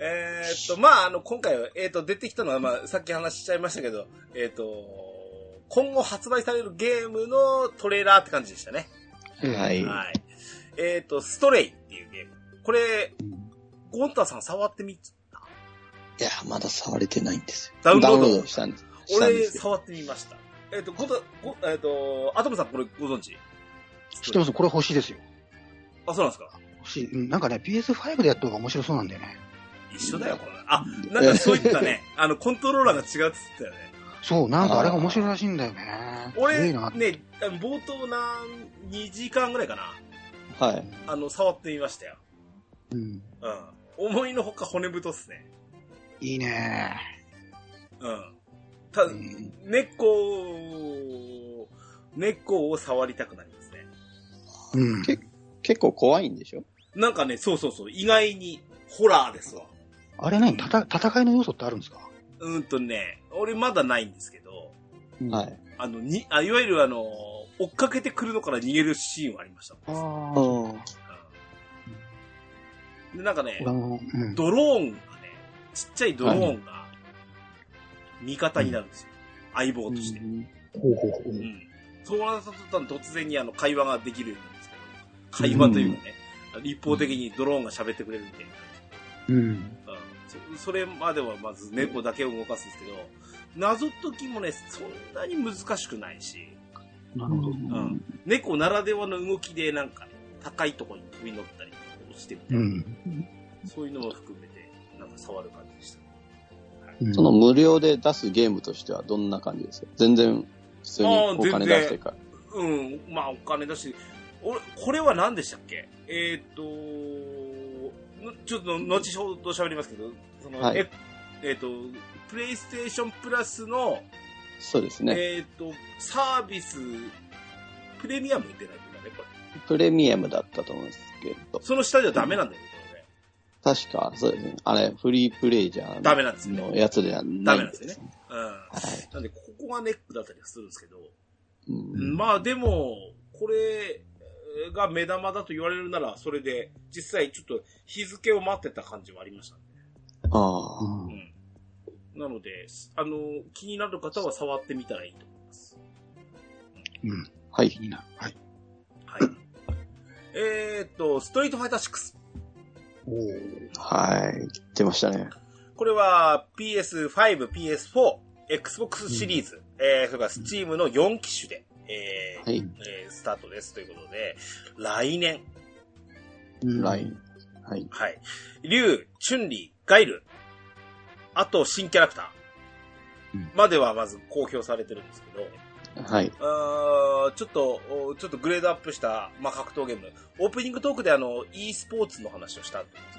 えーっと、まあ、あの、今回は、えーっと、出てきたのは、まあ、さっき話しちゃいましたけど、えーっと、今後発売されるゲームのトレーラーって感じでしたね。はえい。はい。えーっと、ストレイっていうゲーム。これ、え。ゴンタさん触ってみ、いや、まだ触れてないんですよ。ダウンロードしたんです。したん俺、ですけど触ってみました。えーっと、ゴンタ、ごえーっと、アトムさんこれご存知知ってますすこれ欲しいですよ。あ、そうなんですか欲しい。うんなんかね、PS5 でやった方が面白そうなんだよね。一緒だよ、これ。あ、なんかそういった ね、あの、コントローラーが違うっつってたよね。そう、なんかあれが面白いらしいんだよね。すげ俺、えねな。、あの冒頭な2時間ぐらいかな。 はい。あの、触ってみましたよ。うん。うん。思いのほか骨太っすね。いいね。うん。たう、ん根っこを、根っこを触りたくなりますね。うん。結結構怖いんでしょなんかね、そうそうそう、意外にホラーですわ。あれ何たた戦いの要素ってあるんですか。うーんとね、俺まだないんですけど、はいい。あの、に、あ、いわゆるあの、追っかけてくるのから逃げるシーンはありましたもん。ああーーうんで、なんかねあ、の、うん。ドローンがね、ちっちゃいドローンが、味方になるんですよ。相棒として。ほうほうほう。うんそうなった途端突然にあの会話ができるようになるんですけど、会話というかね、あの一方的にドローンが喋ってくれるみたいうん。な。うんそ。それまではまず猫だけを動かすんですけど、謎解きもね、そんなに難しくないし、なるほど。う。ん。猫ならではの動きでなんかね、高いところに飛び乗ったり、落ちてみたうり、ん。そういうのも含めて、なんか触る感じでした。うんその、無料で出すゲームとしてはどんな感じですか全然普通にあーお金全然出してから。うん、まあお金だし、俺、これは何でしたっけえーっと、のちょっと後ほど喋りますけど、その、はいええーっと、プレイステーションプラスの、そうですね。えーっと、サービス、プレミアムってないんだね、これ。プレミアムだったと思うんですけど、その下ではダメなんだよね、これね。確か、そうですね。あれ、フリープレイじゃダメなんですよねのやつではダなメいなんんでですすよねね。うん。はい。なんで、ここがネックだったりはするんですけど、うんまあでも、これが目玉だと言われるなら、それで、実際ちょっと日付を待ってた感じはありましたね。ああ。うんうん。なので、あの、気になる方は触ってみたらいいと思います。うん。はい。いいな。はい。 はい。えーっと、ストリートファイター6。おーはい。出ましたね。これは PS5、PS4、Xbox シリーズ、えー、それから Steam の4機種で、えーはい。えースタートですということで、来年、うんライン。はい。はい。リュウ、チュンリー、ガイル、あと新キャラクタうーんまではまず公表されてるんですけど、はい。あーちょっと、おちょっとグレードアップした、まあ、格闘ゲーム。オープニングトークであの、e スポーツの話をしたんですけ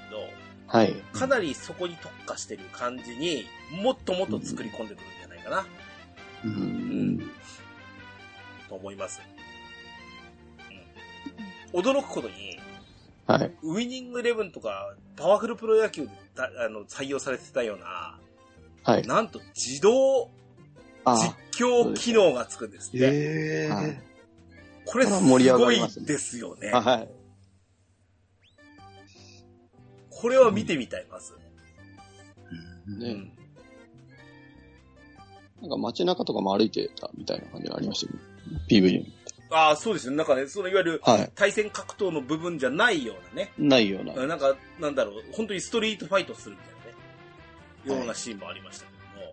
はい。ど、かなりそこに特化してる感じに、もっともっと作り込んでくるんじゃないかな、うん。と思います。うん驚くことに、はい。ウィニングイレブンとか、パワフルプロ野球でだあの採用されてたような、はい。なんと自動あ実況機能がつくんですね。えはえい。これすこれは盛り上ごがいりますねですよねあ。。はい。これは見てみたいます。うねん。なんか街中とかも歩いてたみたいな感じがありましたけど、PV に。ああ、そうですね。なんかね、そのいわゆるはい。対戦格闘の部分じゃないようなね。ないような。なんか、なんだろう、本当にストリートファイトするみたいなね。はいようなシーンもありましたけども。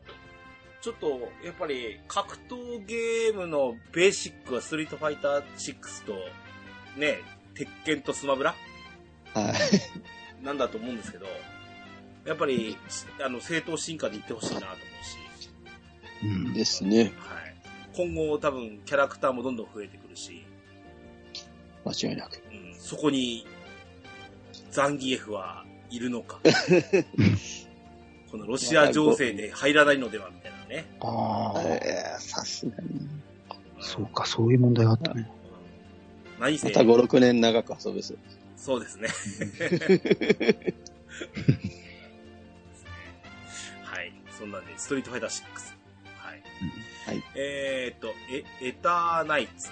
ちょっと、やっぱり、格闘ゲームのベーシックはストリートファイター6と、ね、鉄拳とスマブラはい。なんだと思うんですけど、やっぱり、あの、正当進化でいってほしいなと思うし、うんですね。はい。今後多分キャラクターもどんどん増えてくるし、間違いなく。うん、そこにザンギエフはいるの か。このロシア情勢で入らないのではみたいなね。ああ。えーさすがに。うんそうか、そういう問題があったね。何せま、た5、6年長く遊べそう。そう ですね。はーストリートファイター6。はい。はいえーっと、エ、エターナイツ。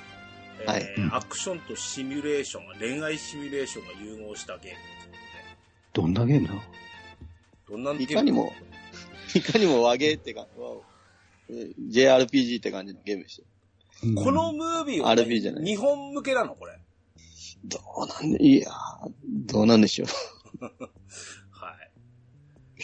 えーはいアクションとシミュレーション、恋愛シミュレーションが融合したゲームというどんなゲームだことで。どんなゲームいかにもいかにも和芸ってか、和をえー JRPG って感じのゲームでした。このムービーは、 RB じゃない日本向けなのこれ。どうなんで、いやーどうなんでしょう。はい。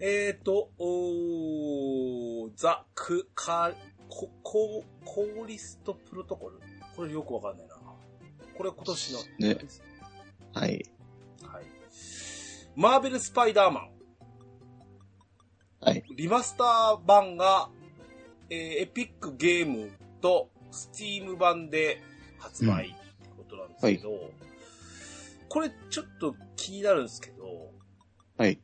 えっ、ー、と、おーザ・ク・カ・コ、コ、コーリストプロトコルこれよくわかんないな。これ今年の。ね はい。はい。マーベル・スパイダーマン。はい。リマスター版が、えーエピックゲームとスティーム版で発売ってことなんですけど、これちょっと気になるんですけど、はい。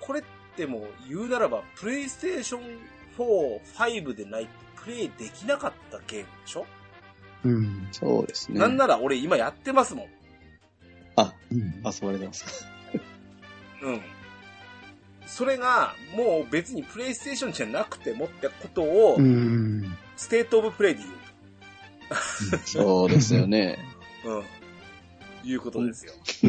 これってもう言うならば、プレイステーション4、5でないとプレイできなかったゲームでしょ、うん。そうですね。なんなら俺今やってますもん。あ、うん遊ばれてます。うん。それが、もう別にプレイステーションじゃなくてもってことを、うん。ステートオブプレイで言うそうですよね。と。うん。いうことですよ。う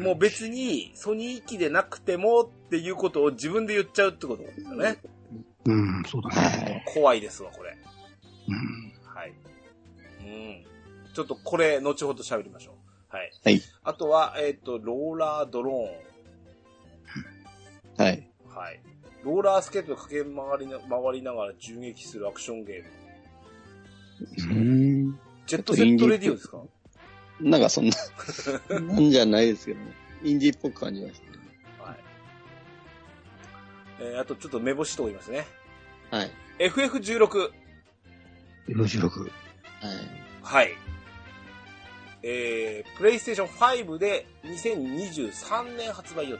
もう別に、ソニー機でなくてもっていうことを自分で言っちゃうってことですよね。うん、そうだはね。い。怖いですわ、これ。うん。はい。うん。ちょっとこれ、後ほど喋りましょう。はい。はい。あとは、えっ、と、ローラードロはい。ーン。はい。ローラースケートで駆け回りな回りながら銃撃するアクションゲーム。うん。ジェットセットレディオですかなんかそんな、なんじゃないですけど、インディーっぽく感じましはい。えー、あとちょっと目星とか言いますね。た。はい。 FF16。 46。はい。はい。えー、プレイステーション5で2023年発売予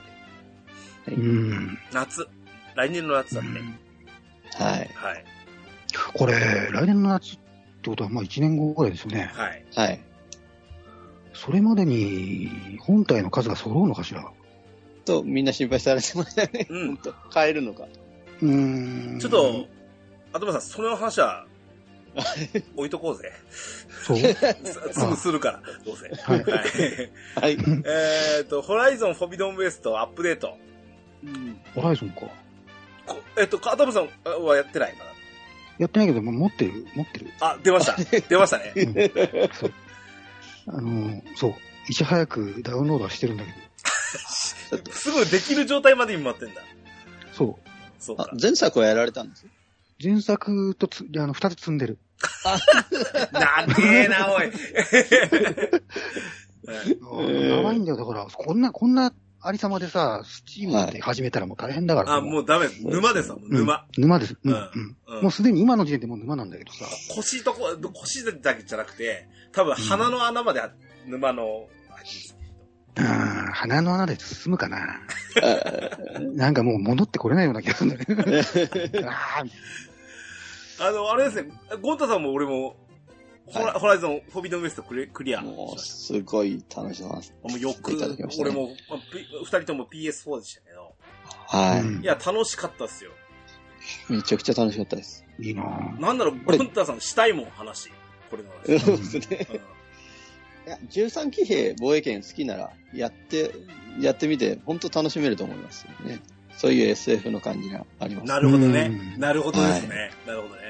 定。うん。夏。来年の夏だって。はい。はい。これ、来年の夏ってことは、まあ1年後ぐらいですよね。 はい。はい。それまでに、本体の数が揃うのかしら。と、みんな心配されてましたね。うん本当変えるのか。うん。ちょっと、、頭さん、その話 は、置いとこうぜ。そう。す すぐするから、どうせ。はいはい。はい。 えっと、ホライゾンフォビドンウエストアップデート。ホライゾンか。こえっと、か頭さんはやってないかなやってないけど、まあ持ってる、持ってる。あ、出ま した。出ましたね。そう。あの、そう。いち早くダウンロードはしてるんだけど。ちょっとすぐできる状態まで今待ってんだ。そう。そうあか。前作はやられたんです前作とつ、あの、二つ積んでる。なんでえな、おい。ーやばいんだよ。だから、こんな、こんなありさまでさ、スチームで始めたらもう大変だから。あ、もうダメです。沼ですわ、もううん沼。。沼です。うん。ううんん。うんもうすでに今の時点でもう沼なんだけどさ。腰とこ、腰だけじゃなくて、多分鼻の穴まで沼の、うん、鼻の穴で進むかな。あなんかもう戻ってこれないような気がするんだけど。あーあの、あれですね、ゴンタさんも俺も、ホラ,、はいホライゾン、フォビドンウエストクリクリアしもまう、しすごい楽しそうです。た。もうよく、いただきましたね俺も、まあ、P- 二人とも PS4 でしたけど、はうんいや、楽しかったっすよ。い。めちゃくちゃ楽しかったです。いいなぁなんなら、れゴンタさんしたいもん、話。これの話。そうですね。うんいや、13騎兵防衛権好きなら、やって、やってみて、本当楽しめると思いますよね。そういう SF の感じがあります。なるほどねう。んなるほどですね。なるほどね。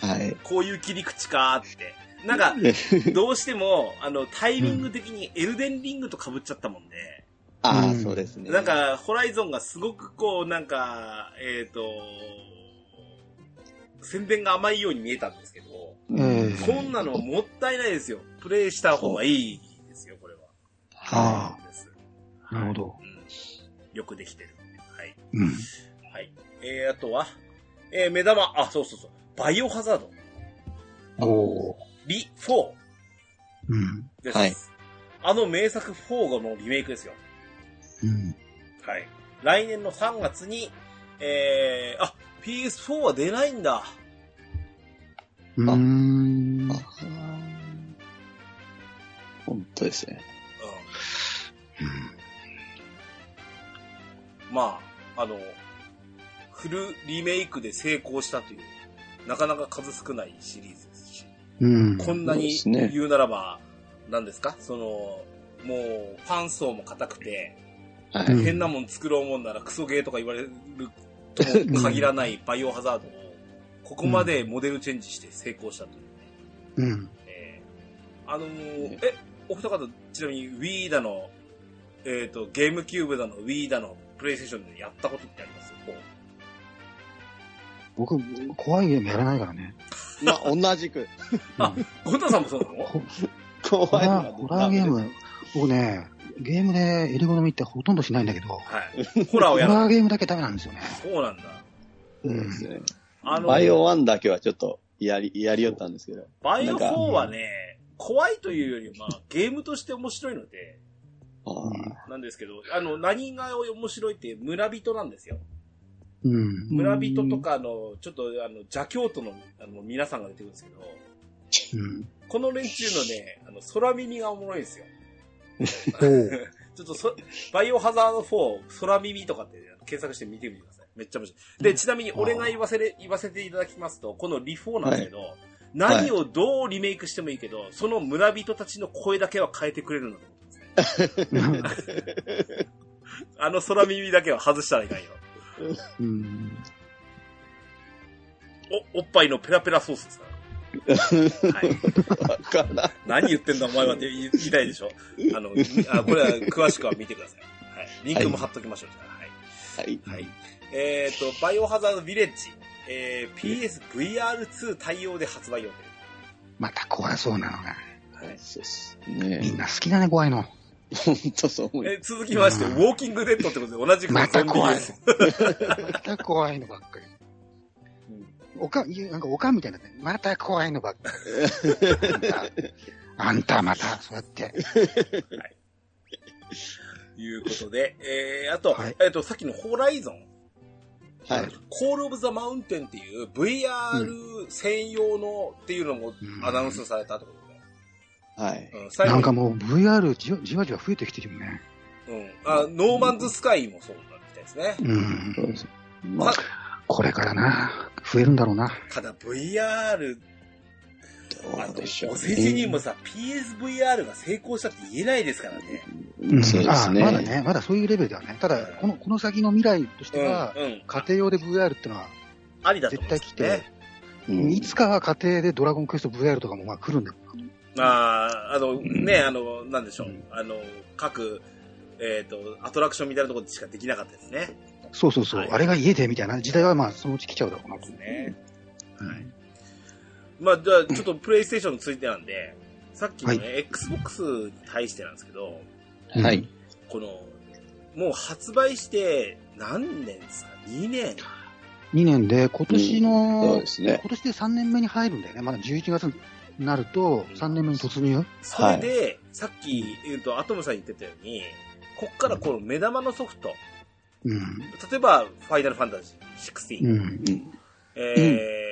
はい。こういう切り口かーって。なんか、どうしても、あの、タイミング的にエルデンリングと被っちゃったもんで、 ああ、うんそうですね。なん、か、ホライゾンがすごくこう、なんか、えっ、と、宣伝が甘いように見えたんですけど、うんこんなのもったいないですよ。プレイした方がいいですよ、これは。はですなるほど。うんよくできてる。はい。うん。はい。えー、あとは、えー、目玉、あ、そうそうそう。バイオハザード。おーリ4うん。です。はいあの名作4のリメイクですよ。うん。はい。来年の3月に、えー、あ、PS4 は出ないんだ。うーん。あ本当ですね。うん。まあ、あの、フルリメイクで成功したという、なかなか数少ないシリーズですし、うん。こんなにそうですね言うならば、何ですかその、もう、ファン層も硬くて、はうんい。変なもん作ろうもんならクソゲーとか言われるとも限らないバイオハザードを、ここまでモデルチェンジして成功したというね。うん。えーあのーねえ、お二方、ちなみに Wii だの、えっ、と、ゲームキューブだの、Wii だの、プレイステーションでやったことってありますこう僕、怖いゲームやらないからね。まあ、同じく。ゴンタさんもそうなのほ怖ホいラー、ホラーゲーム、僕ね、ゲームで襟好みってほとんどしないんだけど、ホはい。ホラーをやラらーゲームだけダメなんですよね。そうなんだ。うん。あの、バイオワンだけはちょっと、やり、やりよったんですけど。バイなオんか4はね、怖いというより、まあ、ゲームとして面白いので、ああなんですけど、あの、何が面白いって村人なんですよ。うん。村人とかの、ちょっと、あの、邪教徒の、あの、皆さんが出てくるんですけど、うん。この連中のね、あの、空耳がおもろいんですよ。おうちょっとそ、バイオハザード4、空耳とかって検索して見てみてください。めっちゃ面白い。で、ちなみに俺が言わせれ、言わせていただきますと、このリフォーなんですけど、何をどうリメイクしてもいいけど、その村人たちの声だけは変えてくれるんだと思うんですね。あの空耳だけは外したらいかんよ。うん。お、おっぱいのペラペラソースですから。はい。わからん。何言ってんだお前はって言い言いたいでしょあの、あこれは詳しくは見てください。はい。リンクも貼っときましょう。じゃあはい。はい。はい。えっ、と、バイオハザードヴィレッジ、えー、PSVR2 対応で発売予定。また怖そうなのが。はい。そうですみんねな好きだね、怖いの。本当そう思うよ。えー続きまして、ウォーキングデッドってことで同じくまゾたンビゲ怖ーいです。の。また怖いのばっかり。うんおか、いやなんかおかんみたいになって、また怖いのばっかり。あんたまた、そうやって。いうことで、えー、あと、はいえっ、と、さっきのホライゾン、はい。コールオブザマウンテンっていう VR 専用のっていうのもうんアナウンスされたってことで。はい。うん、最なん後かに、もう VR じわじわじわ増えてきてるよね。うん、あ、ノーマンズスカイもそうだったですね。うんそ。うです。まあ、これからな、増えるんだろうな。ただ VR どうでしょう、お世辞にもさ、PSVR が成功したって言えないですからね。うんそうですね。あまだね、まだそういうレベルではね。ただ、この、この先の未来としては、うん、うん。家庭用で VR ってのは、ありだと思うんですよ絶ね。うんいつかは家庭でドラゴンクエスト VR とかもまあ来るんだよ。まあ、あの、ね、あの、なんでしょう。あの、各、えっ、と、アトラクションみたいなところでしかできなかったですね。そうそうそう。はいあれが家でみたいな時代はまあそのうち来ちゃうだろうなでとす。ね。うんはい。まあ、じゃあ、ちょっとプレイステーションについてなんで、さっきのね、は Xbox に対してなんですけど、はい。この、もう発売して何年ですか ?2 年2年で、今年の、そうですね。今年で3年目に入るんだよね。まだ11月になると、3年目に突入。それで、さっき、えっと、アトムさん言ってたように、こっからこの目玉のソフト、うん。例えば、ファイナルファンタジー16、うん。うん。えー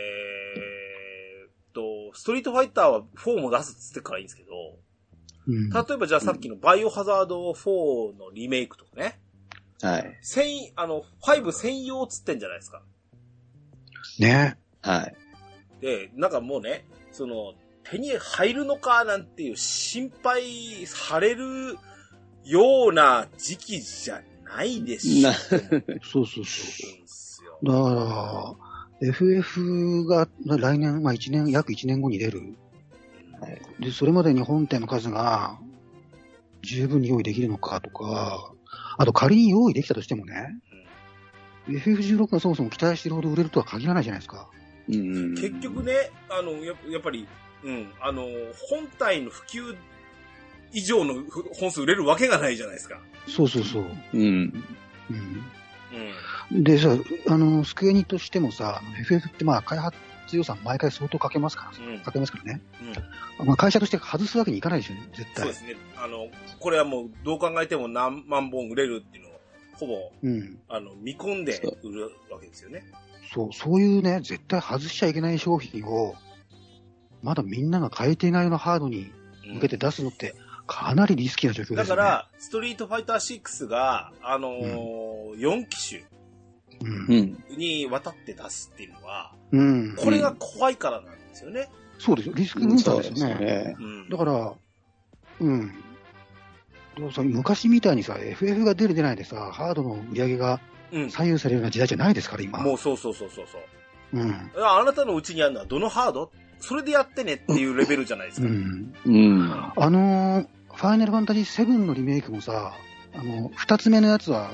っと、ストリートファイターは4も出すっつってからいいんですけど、うん。例えばじゃあさっきのバイオハザード4のリメイクとかね、はい。専、あの、5専用っつってんじゃないですか。ね。はい。で、なんかもうね、その、手に入るのかなんていう心配されるような時期じゃないでしょ。 なそうそうそそうですよう。だから、FF が来年、まあ1年、約1年後に出る。で、それまでに本体の数が十分に用意できるのかとか、あと仮に用意できたとしてもね、FF16 がそもそも期待してるほど売れるとは限らないじゃないですか。うん結局。ね、あの、ややっぱり、うん、あの、本体の普及以上のふ本数売れるわけがないじゃないですか。そうそうそう。うん。うん。うん、でさ、あの、スクエニとしてもさ、FF ってまあ開発予算毎回相当かけますから、うん。かけますからね。うんまあ会社として外すわけにいかないでしょ、絶そう対で。すね。あの、これはもう、どう考えても何万本売れるっていうのを、ほぼ、うん。あの、見込んで売るわけですよね。そう、そういうね、絶対外しちゃいけない商品を、まだみんなが買えていないようなハードにうん向けて出すのって、かなりリスキーな状況でだすかよね。ら、ストリートファイター6が、あのー4機種、うん。うん。に渡って出すっていうのは、うん。これが怖いからなんですよね。そうですよ。リスク分そ散うですよね。ね。うん。だから、うん。でもさ昔みたいにさ、FF が出る出ないでさ、ハードの売り上げがうん。左右されるような時代じゃないですから、今。もうそうそうそうそうそう。うん。ああなたのうちにあるのはどのハードそれでやってねっていうレベルじゃないですうか。ん。うん。あのーファイナルファンタジー7のリメイクもさ、あの、二つ目のやつは、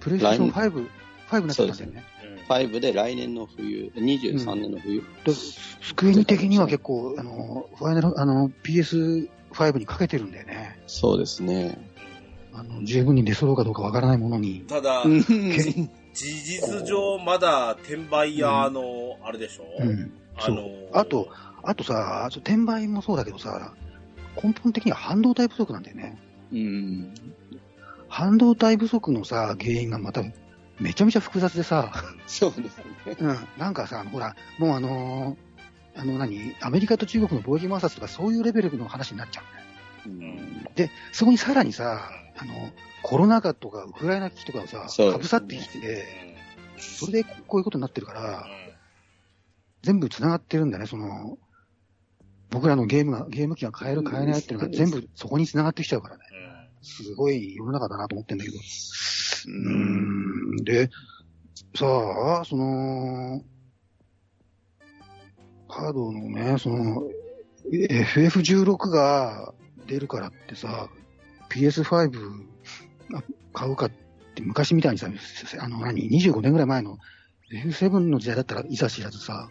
プレイステーション5、5になっちゃったんだよね。 5で来年の冬、23年の冬。でスクエニ的には結構、あの、ファイナル、あの、PS5 にかけてるんだよね。そうですね。あの、十分に出そうかどうかわからないものに。ただ、うん事実上まだ転売屋の、あれでしょ、うん。あのーあと、あとさ、ちょ転売もそうだけどさ、根本的には半導体不足なんだよね。うん。半導体不足のさ、原因がまた、めちゃめちゃ複雑でさ、そうですね。うん、なんかさ、ほら、もうあのーあの何、アメリカと中国の貿易摩擦とかそういうレベルの話になっちゃうんだよ。うんで、そこにさらにさ、あの、コロナ禍とかウクライナ危機とかがさ、そうですねかぶさってきうて、んそれでこういうことになってるから、全部繋がってるんだね、その、僕らのゲームが、ゲーム機が買える買えないっていうのが全部そこに繋がってきちゃうからね。すごい世の中だなと思ってんだけど。うーん。で、さあ、その、ハードのね、その、FF16 が出るからってさ、PS5 あ買うかって昔みたいにさ、あの何、25年ぐらい前の F7 の時代だったらいざ知らずさ、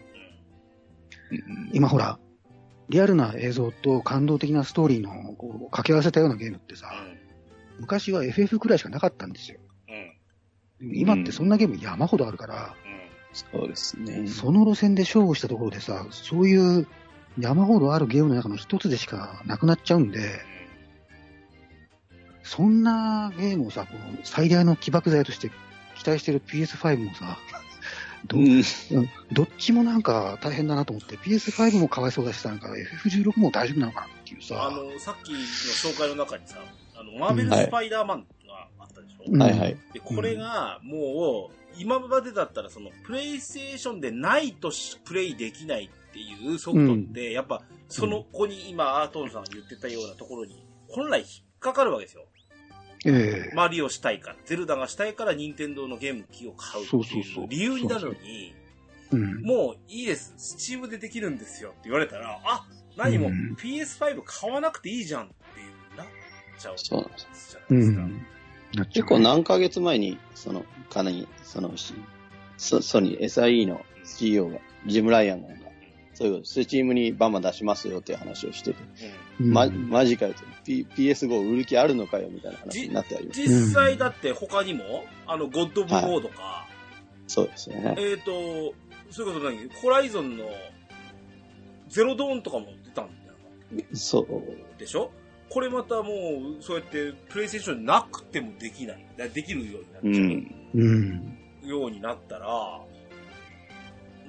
今ほら、リアルな映像と感動的なストーリーのこう掛け合わせたようなゲームってさ、昔は FF くらいしかなかったんですよ。今ってそんなゲーム山ほどあるから、そうですね。その路線で勝負したところでさ、そういう山ほどあるゲームの中の一つでしかなくなっちゃうんで、そんなゲームをさ、こう最大の起爆剤として期待してる PS5 もさ、どうんどっちもなんか大変だなと思って、PS5 もかわいそうだしさ、なんか FF16 も大丈夫なのかなっていうあさ、の、さっきの紹介の中にさ、あの、マーベル・スパイダーマンがあったでしょ、うんはいはい。で、これが、もう、今までだったら、その、プレイステーションでないとしプレイできないっていうソフトって、やっぱ、その子に今、アートンさんが言ってたようなところに、本来引っかかるわけですよ。えマリオしたいから、ゼルダがしたいから、任天堂のゲーム機を買うってそうそういそうう理由になるのに、えうん。もういいです、スチームでできるんですよって言われたら、あ、何もううん PS5 買わなくていいじゃんっていう、なっちゃうじそうなんです。ゃなういですか。ん。なっちゃ結う構何ヶ月前に、その、かなり、その、しソソニー SIE の CEO が、ジム・ライアンが、そういうこと、スチームにバンバン出しますよっていう話をしてて、うんま、マジかよと、P、PS5 売る気あるのかよみたいな話になってあります。実際だって他にも、あの、ゴッド・オブ・モーとか、そうですよね。えっ、と、そういうことないホライゾンのゼロドーンとかも出たんだよそう。でしょこれまたもう、そうやって、プレイステーションなくてもできない。だできるようになっちゃうう。ん。うん。ようになったら、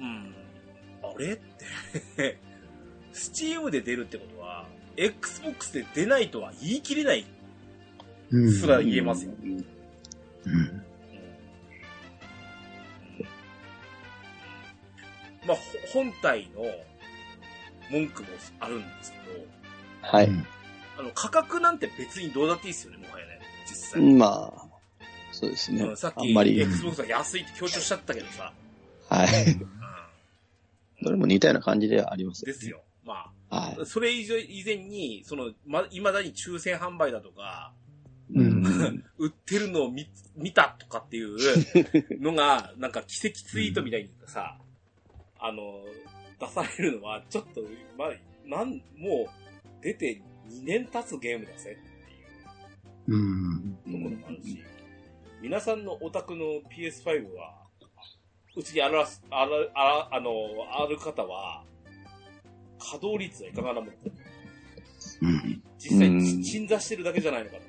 うん、あれって、 スチームで出るってことは、Xbox で出ないとは言い切れない。うん。すら言えますようんうん。まあ、ほ本体の文句もあるんですけど、はうい。んあの、価格なんて別にどうだっていいですよね、もはやね、実際。まあ、そうですねうん。さっあき、んまり、 Xbox は安いって強調しちゃったけどさ、はい。うどれも似たような感じではありまん、すよでねす。よ。まあ、はい。それ以上以前に、その、ま、未だに抽選販売だとか、うん。売ってるのを見、見たとかっていう のが、なんか奇跡ツイートみたいにさ、あの、出されるのは、ちょっと、まあ、なん、もう、出て2年経つゲームだぜっうん。ていうところもあるし、皆さんのオタクの PS5 は、うちにあらす、あら、あら、あの、ある方は、稼働率はいかがなものかうん。実際うんち鎮座してるだけじゃないのかとか、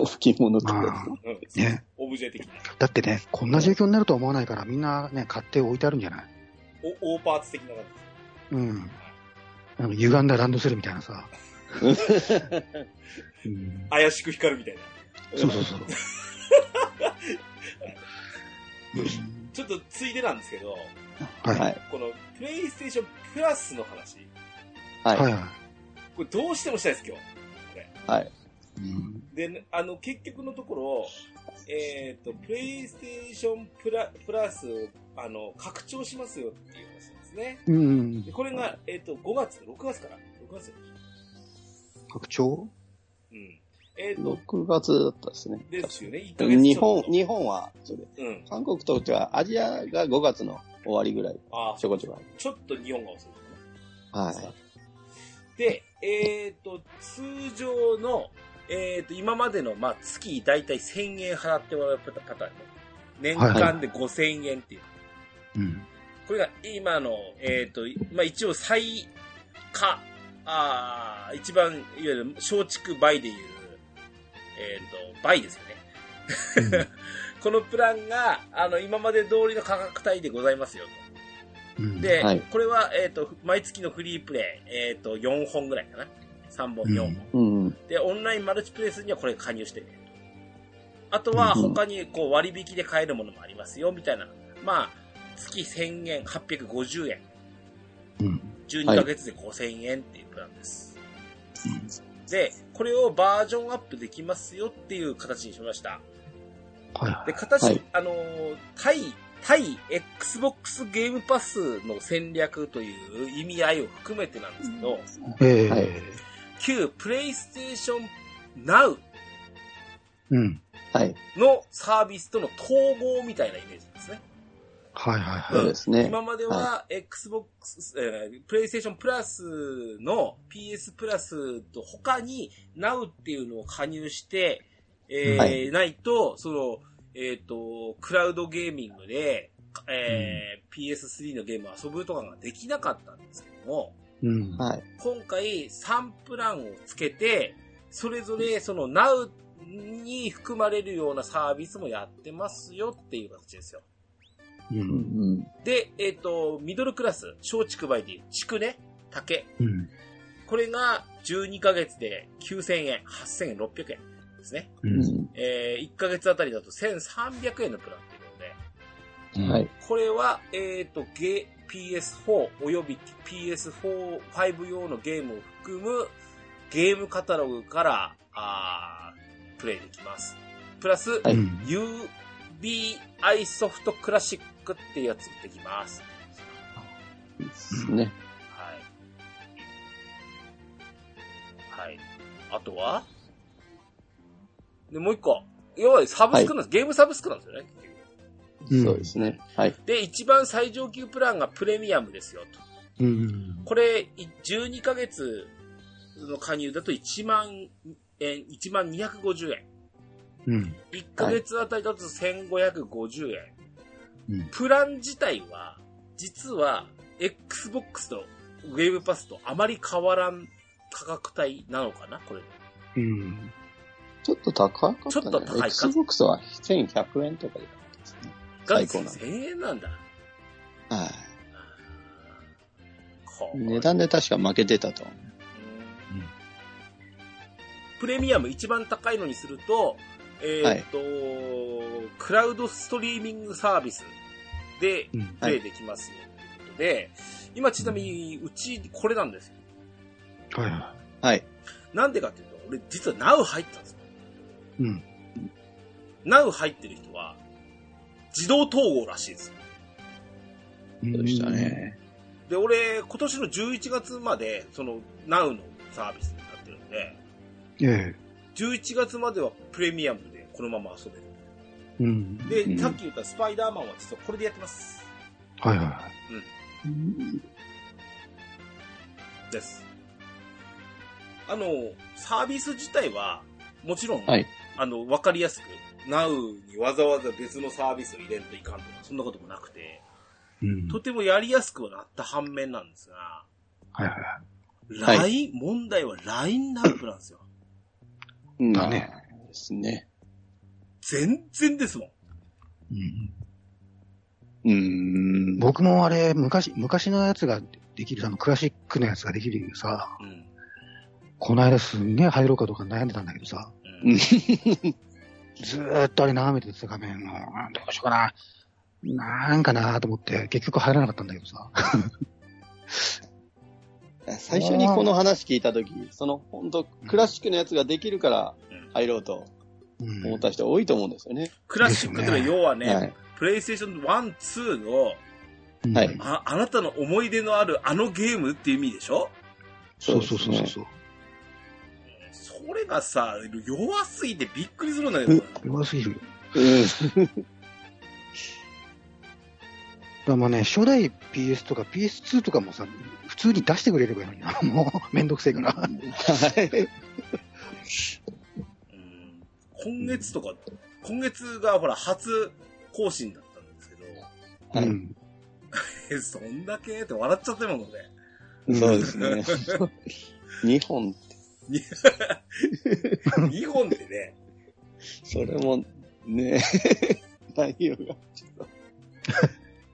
大きいものとまかあ。、うん、ねオブジェ的な、だってね、こんな状況になるとは思わないから、みんなね、買って置いてあるんじゃないおオーパーツ的な感うん。あの、歪んだランドセルみたい なさ。うんじ。怪しく光るみたいな。そうそうそう。ちょっとついでなんですけど、はい。は。はいこのプレイステーションプラスの話、い。は。はいい。これどうしてもしたいです、今日。はい。うんで、あの、結局のところ、えっ、と、プレイステーションプラプラスを、あの、拡張しますよっていう話なんですね。うんで。これが、えっ、と、5月、6月から ?6 月拡張うん。えっ、と、 6月だったですね。ですよね。1ヶ月日ち本ょっ、日本は、それ。と。うん。韓国とってはアジアが5月の終わりぐらい、ああちょ、こちょこちょっと日本が遅いかな。ある。ははいい。で、えっ、と、通常の、えっ、と、今までの、まあ、月大体1000円払ってもらうパタパターンね。年間で5000円っていう。うん。これが今の、えっ、と、まあ、一応最下、ああ、一番、いわゆる松竹倍でいう、えっ、と、倍ですよね。このプランが、あの、今まで通りの価格帯でございますよと。うん、で、はいこれは、えっ、と、毎月のフリープレイ、えっ、と、4本ぐらいかな。3本、うん4本。うん。で、オンラインマルチプレイスにはこれ加入してね。あとは、うん他にこう割引で買えるものもありますよ、みたいな。まあ、月1000円、850円。うん。 12はいヶ月で5000円っていうプランです。で、これをバージョンアップできますよっていう形にしました。はいはで、形、はいあのー、対、対 Xbox ゲームパスの戦略という意味合いを含めてなんですけど、い。ええはい旧プレイステーション Now うん。はい。のサービスとの統合みたいなイメージですね。はいはいそはうですね。今までは Xbox、えー、PlayStation プラスの PS プラスと他に Now っていうのを加入して、えーはいないと、その、えっ、と、クラウドゲーミングで、えー PS3 のゲームを遊ぶとかができなかったんですけども、い。うん。はい。今回3プランをつけて、それぞれその Now に含まれるようなサービスもやってますよっていう形ですよ。う。うんん。で、えっ、と、ミドルクラス、小畜梅で、畜ね、竹。うん。これが12ヶ月で9000円、8600円ですね。う。うんん。えー1ヶ月あたりだと1300円のプランっていうので、うん。はい。これは、えっ、と、ゲ PS4 および PS4、5用のゲームを含むゲームカタログから、あープレイできます。プラス、はい UBI ソフトクラシックってやつもできます。いいですね。はい。はい。あとはで、もう一個。要はサブスクなんです、ゲームサブスクなんですよね。結局うんそうですね。はい。で、一番最上級プランがプレミアムですよ、と。うん。これ、い12ヶ月の加入だと1万円、1万250円。うん。 1ヶ月あたりだと1550円。うんプラン自体は、実は、Xbox とウェブパスとあまり変わらん価格帯なのかなこれ。うん。ちょっと高かったね。ちょっと高いか Xbox は1100円とかで買ったですね。が最高なの1000円なんだ。はこい。れ値段で確か負けてたと思う。うんプレミアム一番高いのにすると、えーっと、クラウドストリーミングサービスでうん。プレイできますよということで、今ちなみにうちこれなんですよ。はいははい。なんでかっていうと、俺実は Now 入ってたんですよ。い。うん。 Now 入ってる人は、自動統合らしいですよ。そうでした。ね。で、俺、今年の11月まで、その Now のサービスになってるんで、ええ。 11月まではプレミアムでこのまま遊べる。うん。で、うんさっき言ったスパイダーマンは実はこれでやってます。はいはいはい。うんです。あの、サービス自体は、もちろん、はいあの、わかりやすく、Now にわざわざ別のサービスを入れんといかんとか、そんなこともなくて、うん。とてもやりやすくはなった反面なんですが、はいはいは LINE、問題は LINE ナップなんですよ。うん。だねですね。全然ですもん。い。ううーん。ん。僕もあれ、昔、昔のやつができる、あの、クラシックのやつができるけどさ、うん。この間すんげえ入ろうかどうか悩んでたんだけどさ、うん。ずーっとあれ眺めててさ、画面を、うんどうしようかな。なんかなーと思って、結局入らなかったんだけどさ。最初にこの話聞いたとき、その、本当クラシックのやつができるからうん入ろうとうん思った人多いと思うんですよね。クラシックってのは要はね、はい。プレイステーション1、2の、うんはいあ、あなたの思い出のあるあのゲームっていう意味でしょそうそうそうそう。それがさ、弱すぎてびっくりするんだけど。弱すぎるよ。うん。だからまあね、初代 PS とか PS2 とかもさ、普通に出してくれればいいのにな。もう、めんどくせえから。はい。うん今月とか、今月がほら、初更新だったんですけど、はいうん。え、そんだけって笑っちゃってるもんね。そうですね。日本、日本でね、それも、ね内容が。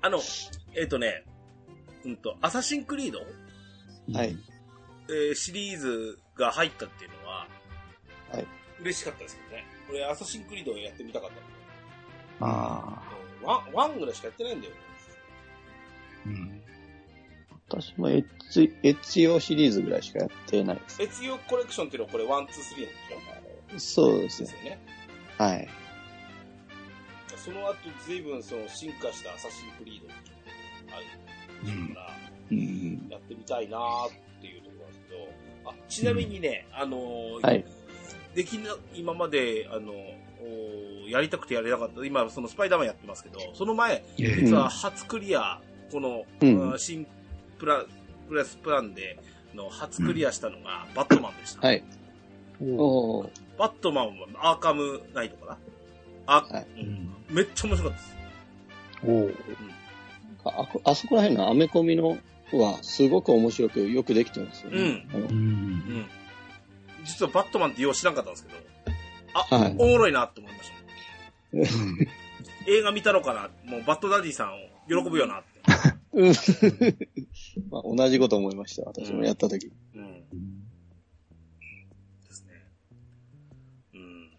あの、えっ、とね、うんと、アサシンクリード、はい。えーシリーズが入ったっていうのは、はい嬉しかったですけどね。俺、アサシンクリードをやってみたかったんだああ。けど、ワン、ワンぐらいしかやってないんだよ。うん。私もエッチ、エッチ用シリーズぐらいしかやってないです。越用コレクションっていうのはこれ、ワン、ツー、スリーなんでしょそうですでねす。よね。はい。その後、随分その進化したアサシンクリードっていうのがあるから、うん。やってみたいなーっていうところなんですけど、あちなみにね、あのーはいできな、今まで、あのおやりたくてやれなかった、今、そのスパイダーマンやってますけど、その前、ええ実は初クリア、この、うんあ新プラ、プレスプランで、の初クリアしたのが、バットマンでした。はい。おーバットマンはアーカムナイトかなあ、はいうんめっちゃ面白かったです。おうあこあそこら辺のアメコミのはすごく面白くよくできてますよね。う。うん。うんん。実はバットマンってよう知らんかったんですけど、あ、はい おもろいなって思いました。うん映画見たのかなもうバッドダディさんを喜ぶよなって。うんまあ、同じこと思いました、私もやった時うん。ですね。うん。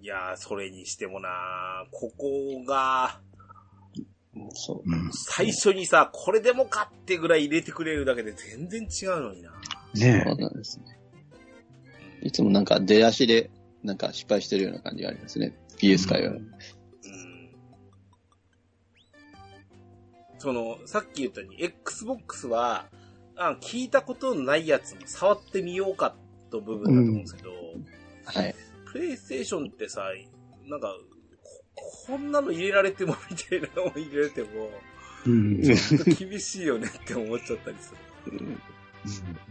いやー、それにしてもなー、ここが、そうう。ん最初にさ、これでもかってぐらい入れてくれるだけで全然違うのにな。ねそうなんですね。うんいつもなんか出足で、なんか失敗してるような感じがありますね。PS 界は。うんその、さっき言ったように、Xbox は、あ聞いたことのないやつも触ってみようかと部分だと思うんですけど、はい。プレイステーションってさ、なんか、ここんなの入れられてもみたいなのを入れても、え。うん。ちょっと厳しいよねって思っちゃったりする。ですね。うん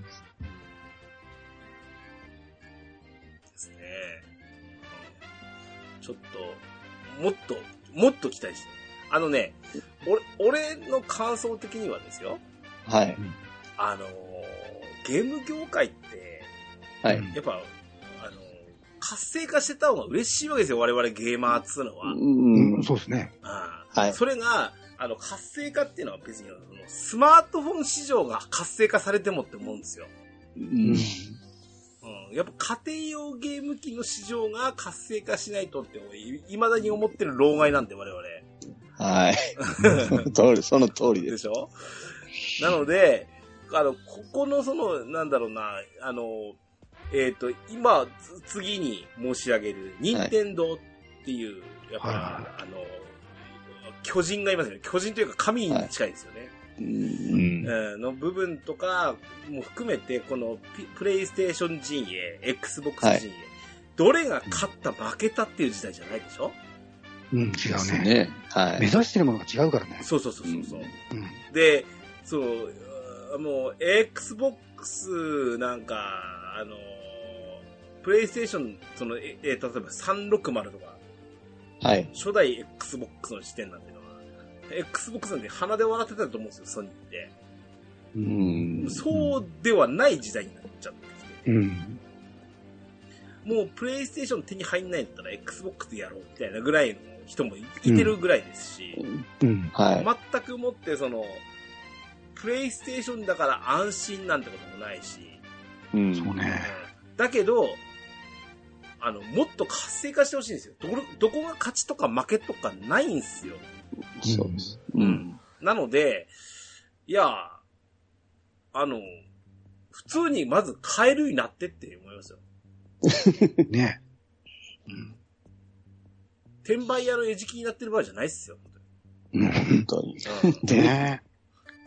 ちょっと、もっと、もっと期待して。あのね、俺、俺の感想的にはですよ、はい。あのーゲーム業界って、はい。やっぱ、あのー活性化してた方が嬉しいわけですよ、我々ゲーマーっつうのは。うんうん。そうですね。あはいそれが、あの、活性化っていうのは別に、あのスマートフォン市場が活性化されてもって思うんですよ。うん。うん。やっぱ家庭用ゲーム機の市場が活性化しないとって、俺い未だに思ってる老害なんで、我々。 はい。その通り、その通りで。ですしょなので、あの、ここのその、なんだろうな、あの、えっ、と、今、つ次に申し上げる、任天堂っていう、やっぱ、はいあの、巨人がいますよね。巨人というか神に近いですよね。うん。えーの部分とかも含めて、このピプレイステーション陣営、Xbox 陣営、はいどれが勝った、負けたっていう時代じゃないでしょうん、違でうすね。ね。は目い。指してるものが違うからね。そうそうそうそうそう、うん。で、そう、あもう Xbox なんか、あのー、プレイステーション、その、え、え例えば360とか、はい。初代 Xbox の時点なんていうのは、Xbox なんて鼻で笑ってたと思うんですよ、ソニーって。う。うんん。そうではない時代になっちゃってきてて。うん。もうプレイステーション手に入んないんだったら Xbox でやろうみたいなぐらいの人もいてるぐらいですし、うん。はい。全くもってその、プレイステーションだから安心なんてこともないし、うんそうね。だけど、あの、もっと活性化してほしいんですよ。どれ、どこが勝ちとか負けとかないんすよ。そうです。う。ん。なので、いや、あの、普通にまず買えるようになってって思いますよ。ね。転売屋の餌食になってる場合じゃないっすよ。本当に。うんね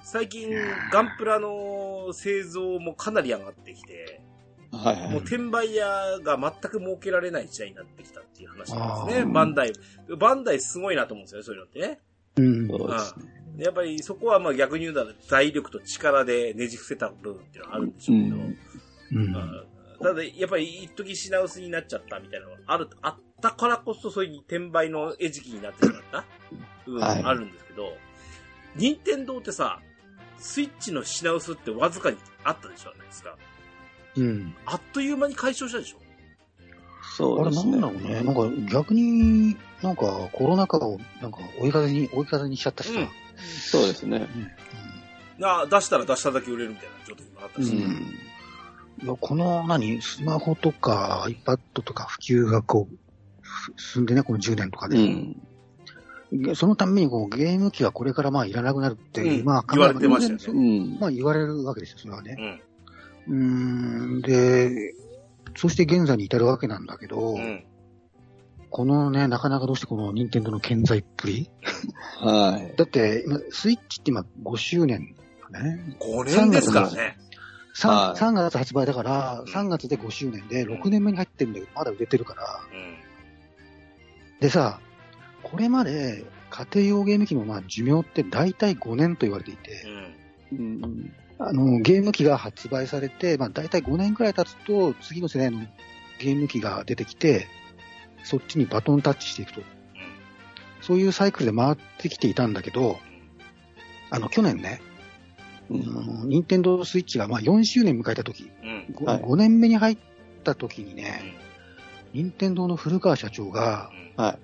最近、ガンプラの製造もかなり上がってきて、はいはもうい。転売屋が全く儲けられない時代になってきたっていう話なんですあね。ーバンダイ。バンダイすごいなと思うんですよね、そういうのってね。うん。そうですね。でやっぱりそこはまあ逆に言うなら財力と力でねじ伏せた部分っていうのはあるんでしょうけど、うんうん。ただやっぱり一時品薄になっちゃったみたいなのがある、あったからこそそういう転売の餌食になってしまった部分があるんですけど、任天堂ってさ、スイッチの品薄ってわずかにあったでしょないですか。うん。あっという間に解消したでしょそあうれでなすんね。だろうね。なんか逆に、なんかコロナ禍をなんか追い風に、追い風にしちゃったしさ。そうですね。な出したら出しただけ売れるみたいな状態にもなったうし、ん。いや、この、何、スマホとか iPad とか普及がこう、ふ進んでね、この10年とかうで。ん。そのためにこう、ゲーム機はこれからまあいらなくなるって、うん今、言われてましたよねそううんま。あ言われるわけですよ、それはねう。ん。うーん、で、そして現在に至るわけなんだけど、うん。このね、なかなかどうしてこの任天堂の健在っぷりはい。だって、今、スイッチって今5周年だね。 5年ですからね。 3, はい3月発売だからう、ん3月で5周年で6年目に入ってるんだけど、まだ売れてるから。うん。でさ、これまで家庭用ゲーム機のまあ寿命って大体5年と言われていて、うん。うん。あの、ゲーム機が発売されて、まあ大体5年くらい経つと、次の世代のゲーム機が出てきて、そっちにバトンタッチしていくと。そういうサイクルで回ってきていたんだけど、あの、去年ね、うあん。の任天堂スイッチがまあ4周年迎えた時、うん。うん。ごはい5年目に入った時にね、任天堂の古川社長が、はい。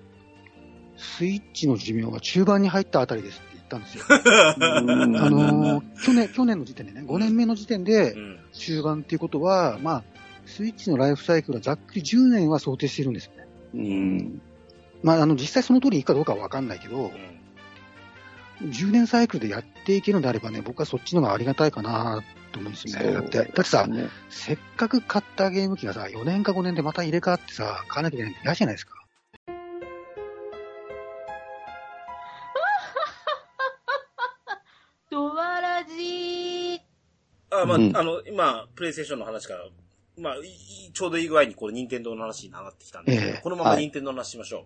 スイッチの寿命が中盤に入ったあたりですって言ったん ですよ。うんあのー去年、去年の時点でね、5年目の時点でうん。うん。終盤っていうことは、まあ、スイッチのライフサイクルはざっくり10年は想定してるんですよね。うん。まあ、あの、実際その通りいくかどうかはわかんないけど、10年サイクルでやっていけるのであればね、僕はそっちの方がありがたいかなと思うんですよね。だって、だってさ、ねせっかく買ったゲーム機がさ、4年か5年でまた入れ替わってさ、買わなきゃいけないの嫌じゃないですか。ドワラジー。あ、まあ、うんあの、今、プレイステーションの話から、まあ、いいちょうどいい具合に、これ、任天堂の話に上がってきたんで、ええこのままはい任天堂の話しましょ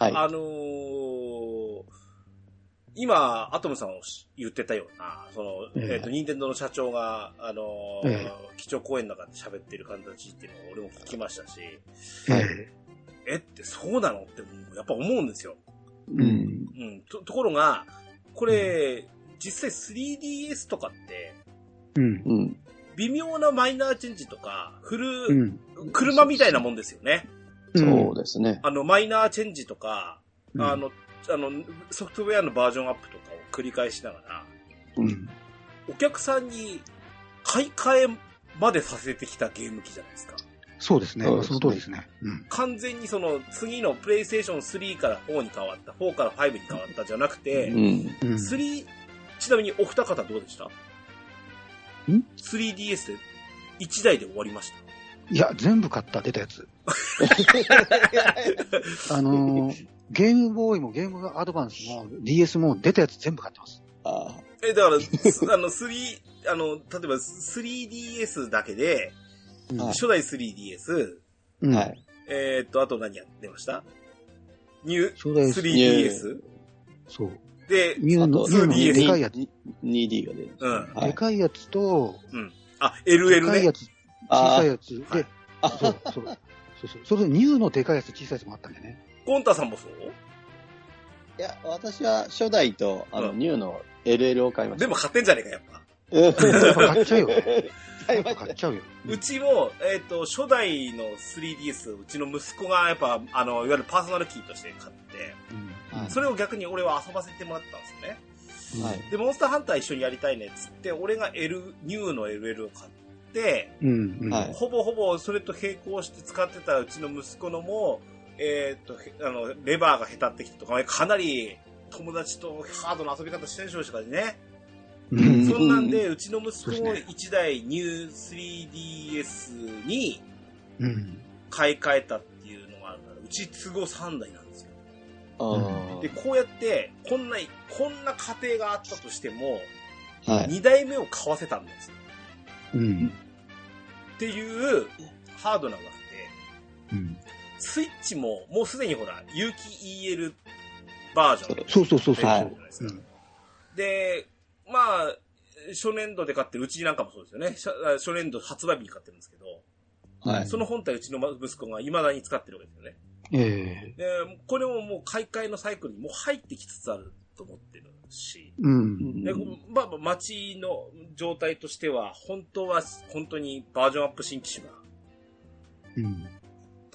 う。はあのー今、アトムさんをし言ってたような、その、えええっ、と、任天堂の社長が、あのーえ基調講演の中で喋ってる感じっていうのを俺も聞きましたし、はいええってそうなのって、やっぱ思うんですよ。い。うん。うん。と、ところが、これ、実際 3DS とかって、えうん。うん。微妙なマイナーチェンジとか、フル、うん。車みたいなもんですよね。そうですね。あの、マイナーチェンジとか、うんあ、の、あの、ソフトウェアのバージョンアップとかを繰り返しながら、うん。お客さんに買い替えまでさせてきたゲーム機じゃないですか。そうですね。そうまあですそねの通りですね。うん。完全にその次のプレイステーション3から4に変わった、4から5に変わったじゃなくて、うん。うん3、ちなみにお二方どうでしたん ?3DS で1台で終わりました。いや、全部買った、出たやつ。あの ー、ゲームボーイもゲームアドバンスも DS も出たやつ全部買ってます。あえ、だから、すあの、3、あの、例えば 3DS だけで、うんはい初代 3DS、うあ。んは。い。えーっと、あと何やってましたニューそうです。 3DS? そう。で、ミュウの、ミュウの 2DS でかいやつ。 2D が出る。うん。はでい。かいやつと、あ、で LL かいね。やつ、小あさいやつ。はで、そう、そう。そうそう。それで、ニューのでかいやつ、小さいやつもあったんだよね。ゴンタさんもそういや、私は初代と、あの、うんニューの LL を買いましでた。も買ってんじゃねえか、やっぱ。うんやっぱ買っちゃうよね。買いま買したっ。ちゃうよ。 うちも、えーっと、初代の 3DS、うちの息子がやっぱ、あの、いわゆるパーソナルキーとして買って、うんはいそれを逆に俺は遊ばせてもらったんですよね。はい。で、モンスターハンター一緒にやりたいねっつって、俺が L、ニューの LL を買って、うん。うんはいほぼほぼそれと並行して使ってたうちの息子のも、えーっと、へあの、レバーが下手ってきたとか、かなり友達とハードな遊び方してるでしょうしかね。うんそんなんで、うちの息子そうもです1台ニュー 3DS にうん。買い替えたっていうのがあるから、うち都合3台なんですよ。あで、こうやって、こんな、こんな家庭があったとしても、あ。はい。 2台目を買わせたんですよ。うん。っていう、ハードなのがあって、うん。スイッチも、もうすでにほら、有機 EL バージョンでそうそうそうそう。は出ているじゃないですうか。ん。で、まあ、初年度で買ってる、うちなんかもそうですよね。初初年度発売日に買ってるんですけど、はい。その本体うちの息子が未だに使ってるわけですよね。ええで、これももう買い替えのサイクルにもう入ってきつつあると思ってるし、う。うんんでまあまあ街の状態としては、本当は、本当にバージョンアップ新機種が、うん。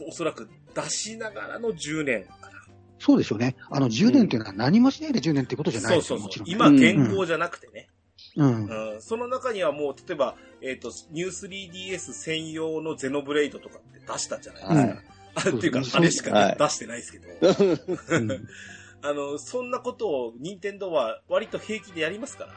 おそらく出しながらの10年かな。そうでしょうね。あの、10年っていうのは何もしないで10年ってことじゃないそうですそうそよ、もうちろ。ん。今、現行じゃなくてね。うん。うん、その中にはもう、例えば、えっ、と、ニュー 3DS 専用のゼノブレイドとかって出したじゃないですか。はいっていうか、そあうれでしすねかはい出してないですけど。 うんあの、そんなことを、任天堂は割と平気でやりますから。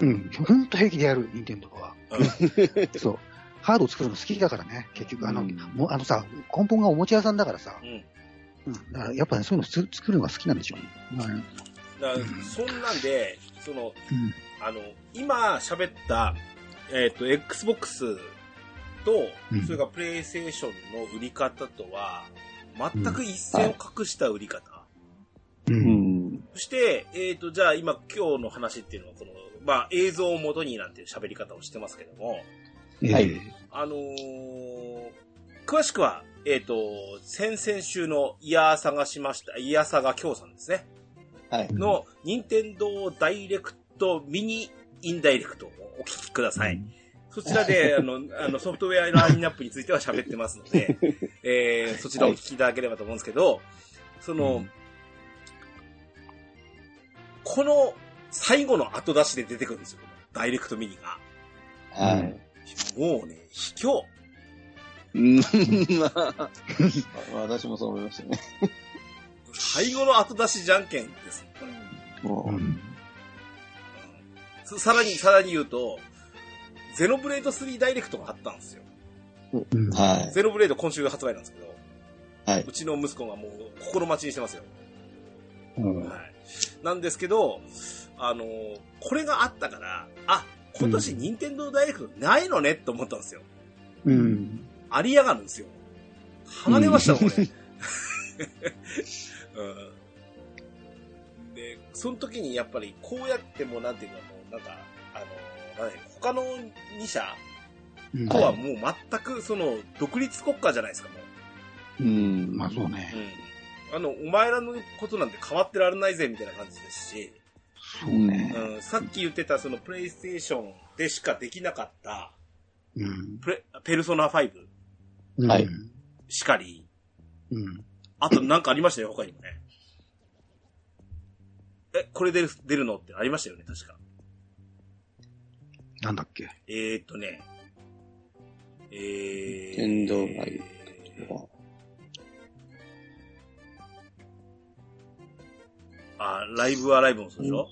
うん。ほんと平気でやる、任天堂は。うんそう。ハードを作るの好きだからね、結局。あの、うんもうあのさ、根本がおもちゃ屋さんだからさ。うん。うん。だからやっぱね、そういうのつ作るのが好きなんでしょうね。だからそんなんで、その、うん。あの、今喋った、えっ、と、Xbox とうん、それから PlayStation の売り方とは、全く一線を隠した売り方。う。うんん。そして、えっ、と、じゃあ今今日の話っていうのは、この、まあ映像を元になんていう喋り方をしてますけども、ええはいあのー詳しくは、えっ、と、先々週のイヤーサがしました、イヤーサが今日さんですね、はい。の、任天堂ダイレクトミニインダイレクトをお聞きください。そちらで、 あの、あの、ソフトウェアラインナップについては喋ってますので、えー、そちらをお聞きいただければと思うんですけど、その、この最後の後出しで出てくるんですよ、このダイレクトミニが。はい。もうね、卑怯。うん、まあ、 私もそう思いましたね。最後の後出しじゃんけんです。これもうん。うんさらに、さらに言うと、ゼノブレード3ダイレクトがあったんですよ。うんう、はゼノブレード今週発売なんですけど、。い。はいうちの息子がもう心待ちにしてますよ。うんはい。なんですけど、あのーこれがあったから、あ、今年うん任天堂ダイレクトないのねって思ったんですよ。うん。ありやがるんですよ。離れましたもん、これ。うん。で、その時にやっぱり、こうやってもなんていうか、もうなんか、あの、なんだっけ他の2社うんとはもう全く、その、独立国家じゃないですか、もう。うん。まあそうね。うん。あの、お前らのことなんて変わってられないぜ、みたいな感じですし、そうね。うん、さっき言ってた、その、プレイステーションでしかできなかった、うん。プレ、ペルソナ5うんはい。しかり、うん。あとなんかありましたよ、他にもね。え、これ出る、出るのってありましたよね、確か。なんだっけ。えー、っとね。えー。任天堂ライあ、ライブはライブもそうでしょ、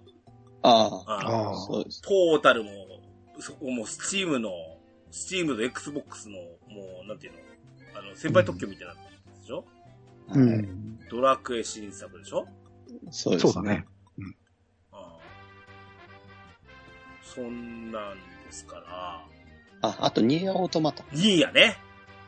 ああ、ああ。あそうです。トータルも、そこもうスチームの、スチームと Xbox の、もう、なんていうのあの、先輩特許みたいなやつでしょ、はうい。ん。ドラクエ新作でしょそうです。そうだね。ああそんなんですから、あ、あと、ニーアオートマタ。いいやね。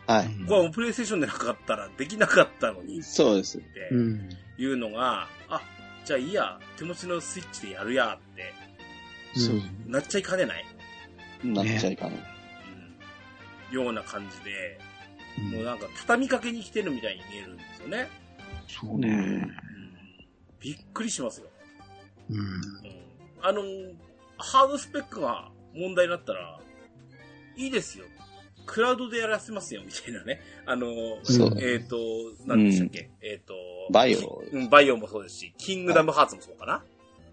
はい。これはもうプレイステーションでなかったらできなかったのにっそうです。てうん。いうのが、あ、じゃあいいや、手持ちのスイッチでやるやってそうなっちゃいかねない、なっちゃいかない。うん、ような感じで、うんもうなんか畳みかけに来てるみたいに見えるんですよね。そうね。びっくりしますよ。うん。うん、あの、ハードスペックが問題になったら、いいですよ。クラウドでやらせますよ、みたいなね。あの、そうだねえっ、と、何でしたっけ、えっ、と、バイオうん、バイオもそうですし、キングダムハーツもそうかな、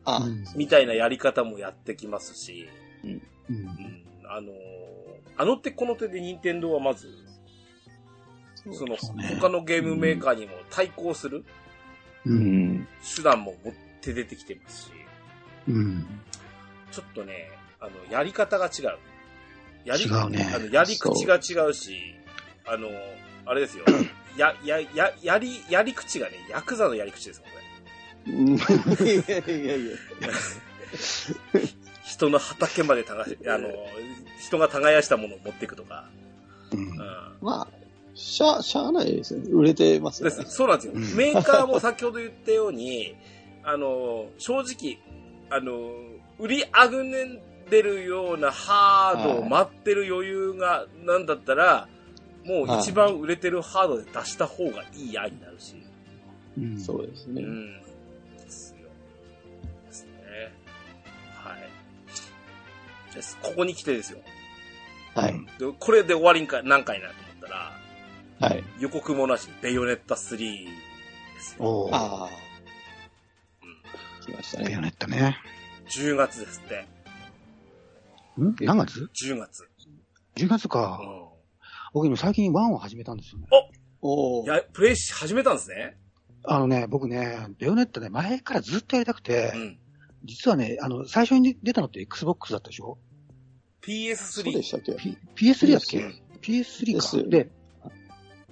ああ、みたいなやり方もやってきますし、うんう。ん、あの、あの手この手で任天堂はまず、その、そうね他のゲームメーカーにも対抗するう。うんん。手段も持っって出てきてますし、うん。ちょっとね、あの、やり方が違う。やり違うねあのやり口が違うし、あの、あれですよ。や、や、や、やり、やり口がね、ヤクザのやり口ですもん、これ。うんい やいやいや。人の畑まで耕し、あの、人が耕したものを持っていくとか。う。うんん。まあ、しゃ、しゃあないですよね。売れてますでよすね。そうなんですよ。うんメーカーも先ほど言ったよう に、あの、正直、あの、売りあぐねんでるようなハードを待ってる余裕が、なんだったら、もう一番売れてるハードで出した方がいい愛になるし。うん。そうですうね。ん。ですよ。ですね。はい。です。ここに来てですよ。はい。でこれで終わりんか、何回なと思っはたら、い。予告もなしにベヨネッタ3ですよ。おぉ。あうんあ、来ましたベヨね。ネッタね。 10月ですって。ん何月10月。 ?10 月うか。ん。僕今最近ワンを始めたんですよね。おお。や、プレイし始めたんですね。あのね、僕ね、ベヨネッタね、前からずっとやりたくて、うん。実はね、あの、最初に出たのって Xbox だったでしょ PS3。そうでしたっけ P- ?PS3 だっけうん ?PS3 ですよか。ねで、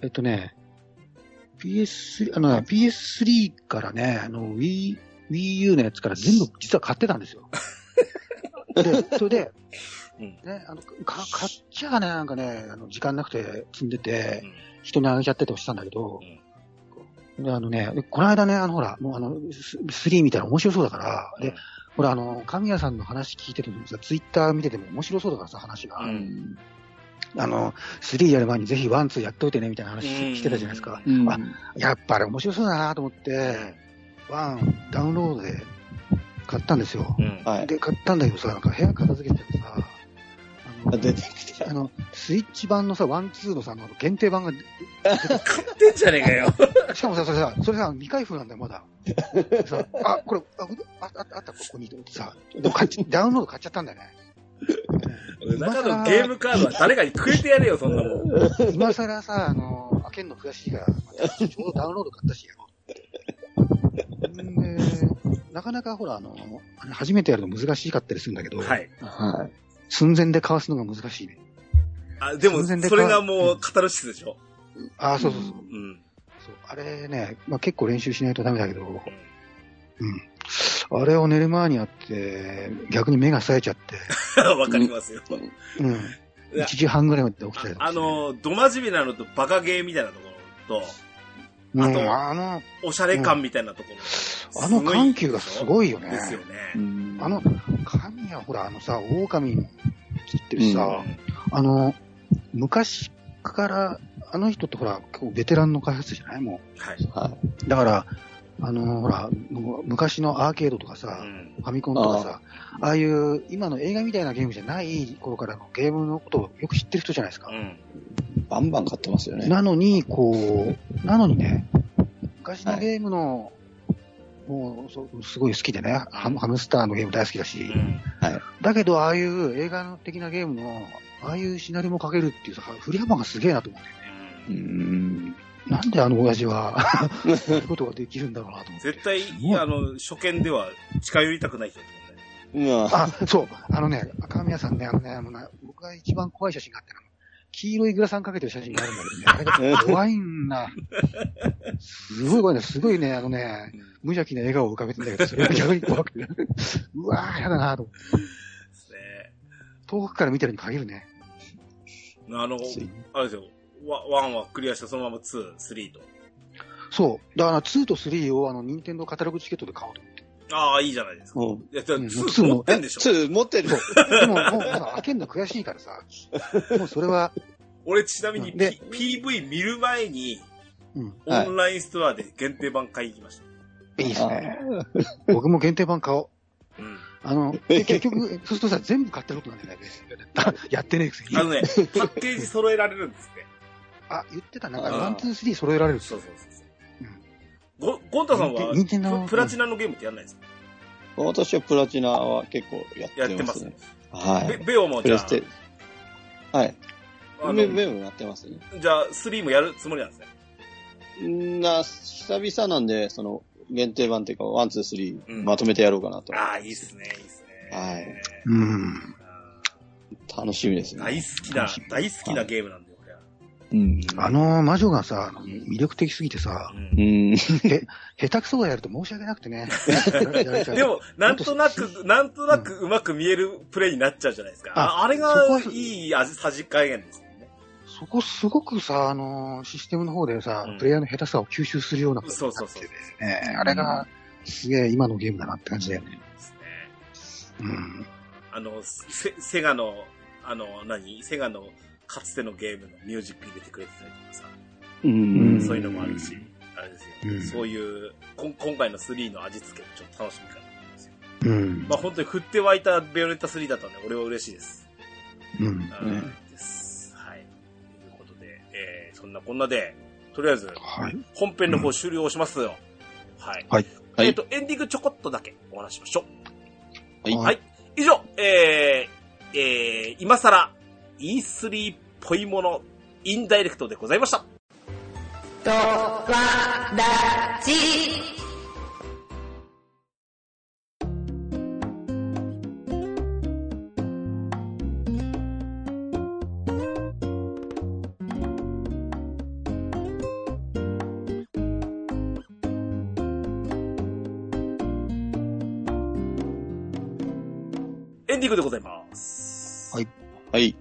えっとね、PS3、あの、PS3 からね、あの、Wii、Wii U のやつから全部実は買ってたんです よ。で、それで、うんね、あの、か、買っちゃあね、なんかね、あの、時間なくて積んでてう、ん人にあげちゃっててしたんだけど、で、あのね、でこの間ね、あの、ほら、もうあの、ス3みたいな面白そうだから、で、ほら、あの、神谷さんの話聞いてるのにさ、ツイッター見てても面白そうだからさ、話が。うんん。あの、3やる前にぜひワン、ツーやっといてね、みたいな話ししてたじゃないですか。うんあやっぱあれ面白そうだなと思って、ワン、ダウンロードで買ったんですよう。ん。はい。で、買ったんだけどさ、なんか部屋片付けてたらさ、ああの、出てきたあ。の、スイッチ版のさ、ワン、ツーのさ、あの限定版が、買ってんじゃねえか よ。しかもさ、それさ、それさ、未開封なんだよ、まだ。さあ、これ、あ、あああった、ここに、と思ってさ、でも買っちダウンロード買っちゃったんだよね。中のゲームカードは誰かにくれてやれよ、そんなもん。今更さ、あのー、開けんの悔しいが、ちょうどダウンロード買ったしやろうって。んで、なかなかほら、あのー、あれ初めてやるの難しかったりするんだけど、はい。は寸前でかわすのが難しいね。あ、でも、寸前で買うそれがもう、カタルシスでしょ。ああ、そうそうそう。うん。 そうあれね、まあ、結構練習しないとダメだけど、うんあれを寝る前にやって、逆に目が冴えちゃって、わかりますよ。うん。いや1時半ぐらいまで起きたりとかあの、ど真面目なのとバカゲーみたいなところうん、あとあの、と、おしゃれ感みたいなところ。あの緩急がすごいよいね。ですよね。い。うんあの、神谷ほら、あのさ、狼も切ってるしさ、うあの、昔から、あの人ってほら、結構ベテランの開発じゃないもはい。はう。だから、あの、ほら、もう昔のアーケードとかさ、うんファミコンとかさ、ああいう、今の映画みたいなゲームじゃない頃からのゲームのことをよく知ってる人じゃないですかう。ん。い。バンバン買ってますよね。なのに、こう、なのにね、昔のゲームの、もうそう、すごい好きでね、ハムハムスターのゲーム大好きだし、うん。だけど、ああいう映画的なゲームの、ああいうシナリオも書けるっていうさ、振り幅がすげえなと思って。うん。なんであの親父は、そういうことができるんだろうなと思って。絶対すごい、あの、初見では近寄りたくない人ですもんね。まあ、あ、そう、あのね、赤宮さんね、あのね、もうな僕が一番怖い写真があって、あの黄色いグラサンかけてる写真があるんだけどね、あれが怖いんだ。すごい怖いね、すごいね、あのね、無邪気な笑顔を浮かべてんだけど、それが逆に怖くて、うわー、やだなと思って。ですね。遠くから見てるに限るね。あの、ついにあれですよ。ワワンはクリアしてそのまま2、3と。そう。だから2と3をあの、任天堂カタログチケットで買おうと思って。ああ、いいじゃないですか。うんいや、だからうん2持ってんでしょ。 2持ってる。でも、もう、なんか開けるの悔しいからさ、もうそれは、俺ちなみに、で P、PV 見る前に、うん、はいオンラインストアで限定版買いに行きましいいですね。僕も限定版買おう。た。うん。あの、で結局、そうするとさ、全部買ったことなんだよね。あやってねえくせにあ。のね、パッケージ揃えられるんですって。あ、言ってた、なんあか、ーワン、ツー、スリー揃えられる。そうそうそうそう。ご、ゴンタさんは任天堂プ、プラチナのゲームってやんないですか私はプラチナは結構ややっっててまますすねね。。はベい。ベオもプじゃレステあ、。はい。あメのメモやってますね。じゃあ3もやるつもりなんですね。んーな、久々なんで、その、限定版っていうか、ワン、ツー、スリうんー、まとめてやろうかなと。ああ、いいっすね、いいっすね。はいうん。あ楽しみですーね。大好きな、大好きなゲームなんだよ、これは。うん。あの魔女がさ、魅力的すぎてさう、うんん。下手くそがやると申し訳なくてね。でも、なんとなく、なんとなくうまく見えるプレイになっちゃうじゃないですか。あああれがそこはいい味、さじ加減ですよね。そこすごくさ、あのーシステムの方でさ、うんプレイヤーの下手さを吸収するようなことになってそうそうそうてね、あれが、すげえ今のゲームだなって感じだよね。ですね。うん。あの、セセガの、あの、何セガのかつてのゲームのミュージック入れてくれてたりとかさ。うんんそういうのもあるし、あれですよ。そうんういう、こん今回の3の味付け、ちょっと楽しみかなと思いますよ。うんま。あ本当に振って湧いたベヨレッタ3だったんで、俺は嬉しいです。うん。うんです。はい。ということで、えー、そんなこんなで、とりあえず、はい。本編の方終了しますよ。はい。はい。はいえっ、と、エンディングちょこっとだけお話ししましょはいはい以上、えー、えー、今更、E3 っぽいもの、インダイレクトでございました。とわらじエンディングでございます。はいはい。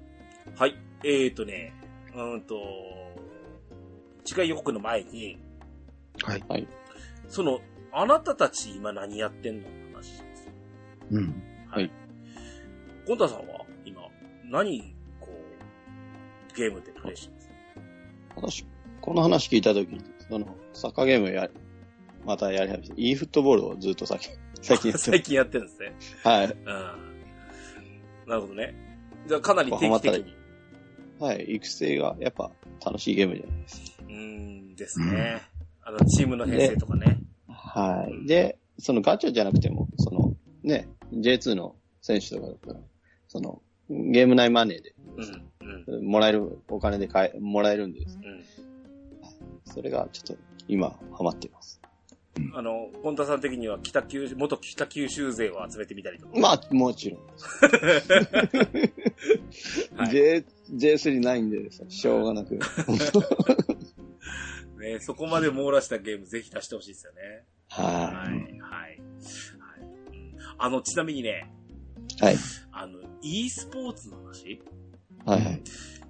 はい。えーとね、うーんと、次回予告の前に、はい。その、あなたたち今何やってんのって話します。うん。はい。ゴンタさんは今、何、こう、ゲームでプレイしてます私、この話聞いたとき、その、サッカーゲームや、またやり始めて、e フットボールをずっと最近、最 近やって最近やってるんですね。はい。うん。なるほどね。じゃあかなり定期的に。はい。育成が、やっぱ、楽しいゲームじゃないうーんですね。あの、チームの編成とかね。はい。で、そのガチャじゃなくても、その、ね、J2 の選手とかだったら、その、ゲーム内マネーで、うん、うん、もらえる、お金で買え、もらえるんです。うん。それが、ちょっと、今、ハマっています。あの、ゴンタさん的には北九州、元北九州勢を集めてみたりとか。まあ、もちろ ん。はい J、J3 ないんでですね、しょうがなく。ね、そこまで網羅したゲームぜひ出してほしいですよね。は、はいはい。はいうんあの、ちなみにね、い。はい。あの、e スポーツの話はいはい。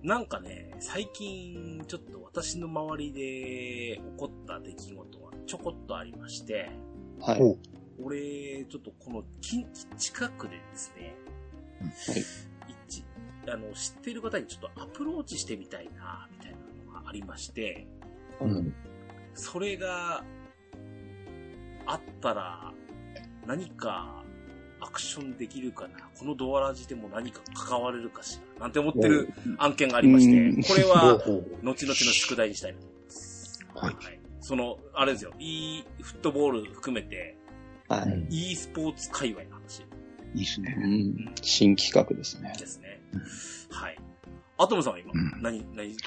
なんかね、最近、ちょっと私の周りで起こった出来事がちょこっとありまして、はい。お俺、ちょっとこの近近くでですね、一あの、知ってる方にちょっとアプローチしてみたいな、みたいなのがありまして、うんそれがあったら何かアクションできるかなこのドアラジでも何か関われるかしらなんて思ってる案件がありましうんて、これほうはほう後々の宿題にしたいなと思います。はいその、あれですよ、e フットボール含めてはうい。ん e スポーツ界隈の話いいっすね。うん新企画ですね。ですね。はい。アトムさんは今、うん何、何どうし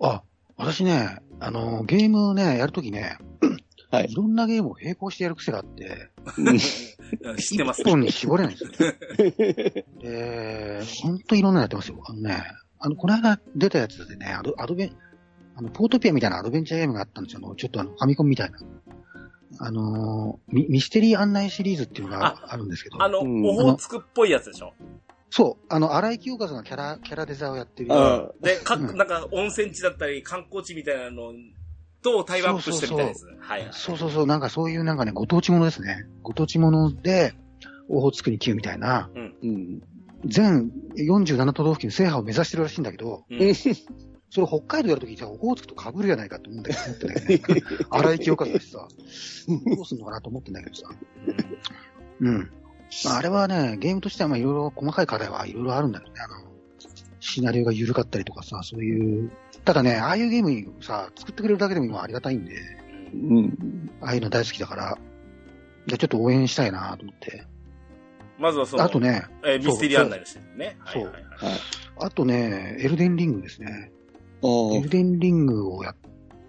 ますあ、私ね、あのーゲームね、やるときね、はい い。ろんなゲームを並行してやる癖があって、うん知ってます一。本に絞れないんですよ。 で、ほんといろんなのやってますよ。あのね、あの、この間出たやつでね、アドアドベン、あの、ポートピアみたいなアドベンチャーゲームがあったんですよ。あのちょっとあの、ファミコンみたいな。あのーミ、ミステリー案内シリーズっていうのがあるんですけど。あの、オうんホーツクっぽいやつでしょそう、あの、荒井清和がキャラ、キャラデザをやってる。あで、か、うんなんか温泉地だったり観光地みたいなのとタイムアップしてみたいです。はいはい。そうそうそう、なんかそういうなんかね、ご当地ものですね。ご当地もので、オホーツクに来るみたいな、うん。全47都道府県制覇を目指してるらしいんだけど、ううんん、それ北海道やるときにさ、オホーツクと被るやないかと思うんだけど、 ね、荒井清和だしさ、どうすんのかなと思ってんだけどさ。うん。まあ、あれはね、ゲームとしてはまあいろいろ細かい課題はいろいろあるんだけどね、あの、シナリオが緩かったりとかさ、そういう、ただね、ああいうゲームにさ、作ってくれるだけでも今ありがたいんで、うん。ああいうの大好きだから、じゃあちょっと応援したいなと思って。まずはその、あとね、えーミステリー案内してるね。はそいうはいはい。はい。あとね、エルデンリングですね。おエールデンリングをやっ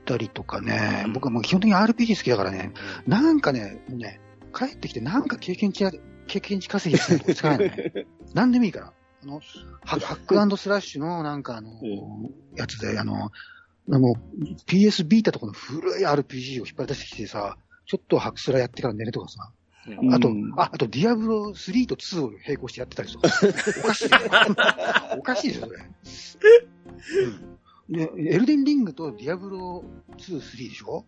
たりとかね、うん僕はもう基本的に RPG 好きだからね、なんかね、もうね、帰ってきてなんか経験値や、経験値稼ぎしないと使えない ね。なんでもいいから。あの、ハハックスラッシュのなんかあの、やつで、あの、もう PS ビータとかの古い RPG を引っ張り出してきてさ、ちょっとハクスラやってから寝るとかさ、うんんあと、あ、あと、ディアブロ3と2を並行してやってたりとか。おかしいよ。おかしいでしょ、それ。うん、で、エルデンリングとディアブロ2、3でしょ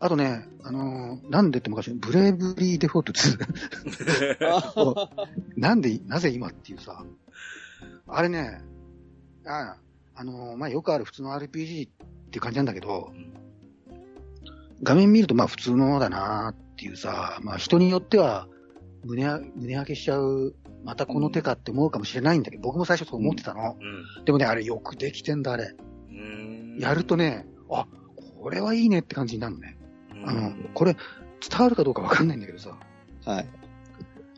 あとね、あのーなんでって昔、ブレイブリーデフォート2。あ なんで、なぜ今っていうさ。あれね、ああのーまあ、よくある普通の RPG っていう感じなんだけど、画面見るとまあ普通のだなっていうさ、まあ人によっては胸あ、胸開けしちゃう、またこの手かって思うかもしれないんだけど、僕も最初そう思ってたの。でもね、あれよくできてんだ、あれ。うんやるとね、あ、これはいいねって感じになるのね。うんあの、これ、伝わるかどうかわかんないんだけどさ、 はい。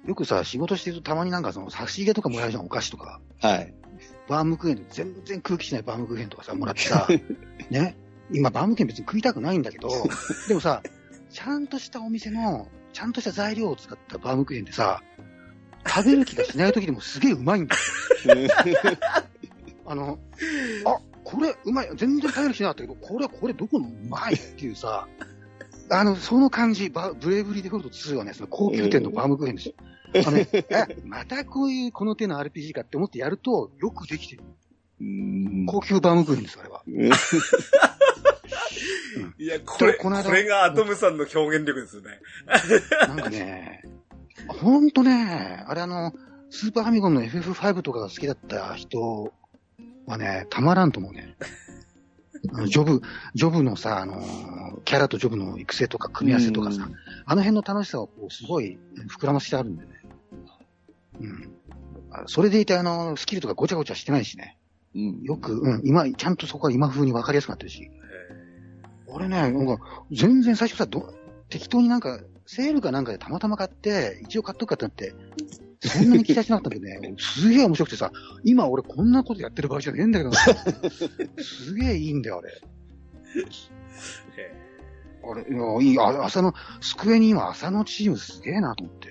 よくさ、仕事してるとたまになんかその差し入れとかもらえるじゃん、お菓子とか。はい。バームクーヘンで全然空気しないバームクーヘンとかさ、もらっ てさ、ね。今バームクーヘン別に食いたくないんだけど、でもさ、ちゃんとしたお店の、ちゃんとした材料を使ったバームクーヘンでさ、食べる気がしない時でもすげえうまいんだよ。あの、あ、これうまい。全然食べる気しなかったけど、これ、これどこのうまいっていうさ、 あの、その感じ、バブレイブリーデフォルト2はね、その高級店のバームクーヘンですよ。あのね、えまたこういう、この手の RPG かって思ってやると、よくできてる。うん高級バームクーヘンです、あれは。いや、これ、ここの間れがアトムさんの表現力ですよね。なんかね、 ほんとね、あれあの、スーパーファミコンの FF5 とかが好きだった人はね、たまらんと思うね。あのジョブ、ジョブのさ、あのーキャラとジョブの育成とか組み合わせとかさ、うんあの辺の楽しさをこうすごい膨らませてあるんでね。うん。あそれでいて、あの、スキルとかごちゃごちゃしてないしね。うんよく、うん、今、ちゃんとそこは今風に分かりやすくなってるし。俺ね、なんか、全然最初さ、ど、適当になんか、セールかなんかでたまたま買って、一応買っとくかってなって、そんなに期待しなかったんだけどね、 すげえ面白くてさ、今俺こんなことやってる場合じゃねえんだけどな、すげえいいんだよ、あれ。へあれ、いや、いい、あ朝の、机に今朝のチームすげえなと思って。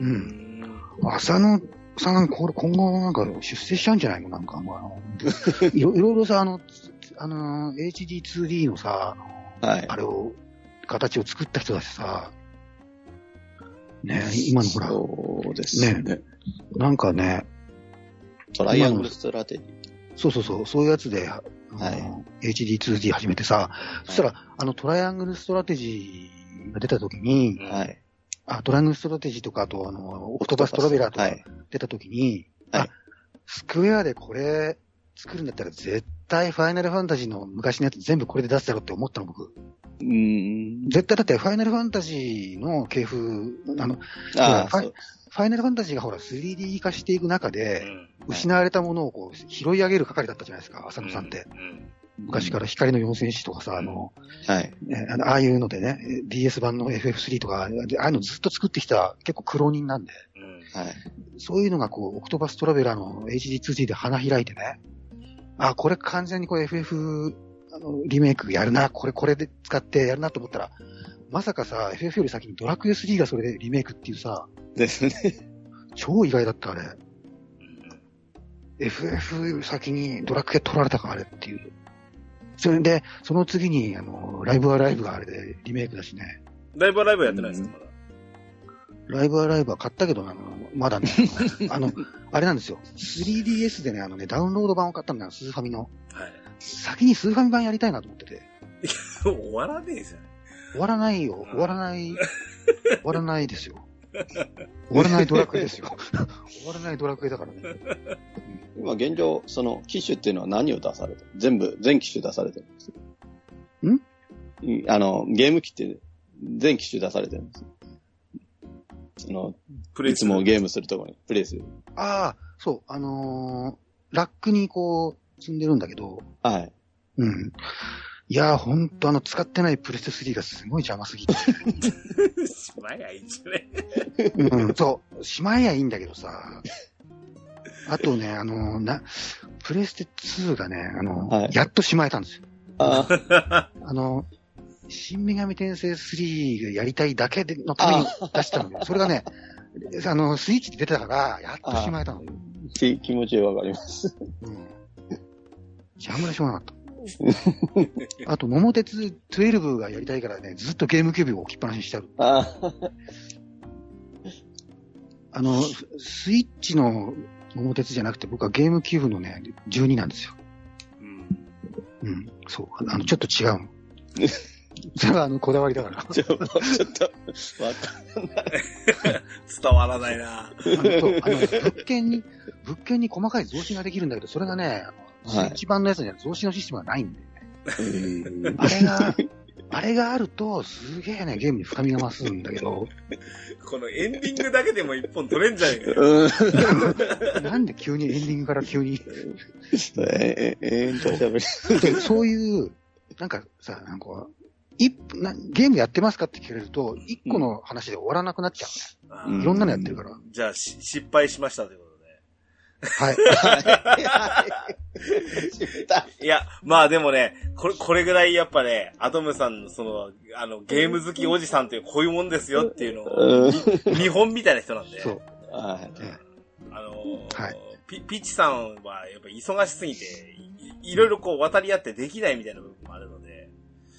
ーう浅野さん、これ今後なんか出世しちゃうんじゃないのなんか、まああの、いろい ろいろさ、あの、つあの、HD2D のさ、はいあ。れを、形を作った人だしさ、ね、今のほら、そうですね。なんかね、トライアングルストラテジー。そうそうそう、そういうやつで、あのは HD2D 始めてさ、そしたら、あの、トライアングルストラテジーが出た時に、うんはい。あ、トライアングルストラテジーとか、あと、あの、オクトバストラベラーとか、はい。出た時に、はあい、スクエアでこれ作るんだったら絶対ファイナルファンタジーの昔のやつ全部これで出すだろうって思ったの僕。うん。絶対だってファイナルファンタジーの系譜、あの、フああ、そ。はいうァイナルファンタジーがほら 3D 化していく中うで、ん失われたものをこう拾い上げる係だったじゃないですか、浅野さんって。。うん昔から光の四戦士とかさ、あの、はい。ねあのああいうのでね、DS 版の FF3 とか、ああいうのずっと作ってきた結構苦労人なんで、うんはい。そういうのがこう、オクトバストラベラーの HD2G で花開いてね、あ、これ完全にこれ FF あのリメイクやるな、これこれで使ってやるなと思ったら、まさかさ、FF より先にドラクエ3がそれでリメイクっていうさ、ですね。超意外だったあれ。うん FF より先にドラクエ取られたかあれっていう。それで、その次に、あの、ライブアライブがあれでリメイクだしね。ライブはライブはやってないですか、まだ。ライブアライブは買ったけど、あの、まだね、あの、あれなんですよ。3DS でね、あのね、ダウンロード版を買ったんだよ、スーファミの。はい。 先にスーファミ版やりたいなと思ってて、終わらねえじゃん。終わらないよ、終わらない、終わらないですよ。終わらないドラクエですよ。終わらないドラクエだからね。今現状、その機種っていうのは何を出されてる全部、全機種出されてるんですんんあの、ゲーム機って全機種出されてるんですその、プいつもゲームするところにプレイする。ああ、そう、あのーラックにこう、積んでるんだけど、はい。うん。いやー、ほんとあの、使ってないプレステ3がすごい邪魔すぎて。ム。 しまやいいんじゃね うん、そう、しまえやいいんだけどさ。あとね、あのーな、プレステ2がね、あの、はいやっとしまえたんですよ。あーあの、新女神転生3がやりたいだけでのために出したのよ。それがね、あの、スイッチで出たから、やっとしまえたのよ。き気持ちわかります。うん。邪魔でしょうがなかった。あと、桃鉄12がやりたいからね、ずっとゲームキューブを置きっぱなしにしてある。ああの、ススイッチの桃鉄じゃなくて、僕はゲームキューブのね、12なんですよ。うん。うん。そう。あの、ちょっと違うの。それはあの、こだわりだから。ーちょっと、ちょっと、わか伝わらないなあのそうあの物件に、物件に細かい増資ができるんだけど、それがね、あのスイはいッチ版のやつには増資のシステムがないんで、んあれが、 あれがあると、すげえね、ゲームに深みが増すんだけど、このエンディングだけでも一本取れんじゃねえかようん。なんで急にエンディングから急に、ちょっとえ、え、ええんと喋 り。でそういう、なんかさ、なんか、一分なゲームやってますかって聞かれると、一個の話で終わらなくなっちゃあうう。んいろんなのやってるから。じゃあ、し失敗しましたということで。はい。いや、まあでもね、これ、これぐらいやっぱね、アトムさんのその、あの、ゲーム好きおじさんというこういうもんですよっていうのを、うん。見本みたいな人なんで。そう。はあのーはいピピッチさんはやっぱり忙しすぎてい、いろいろこう渡り合ってできないみたいな部分もあるので、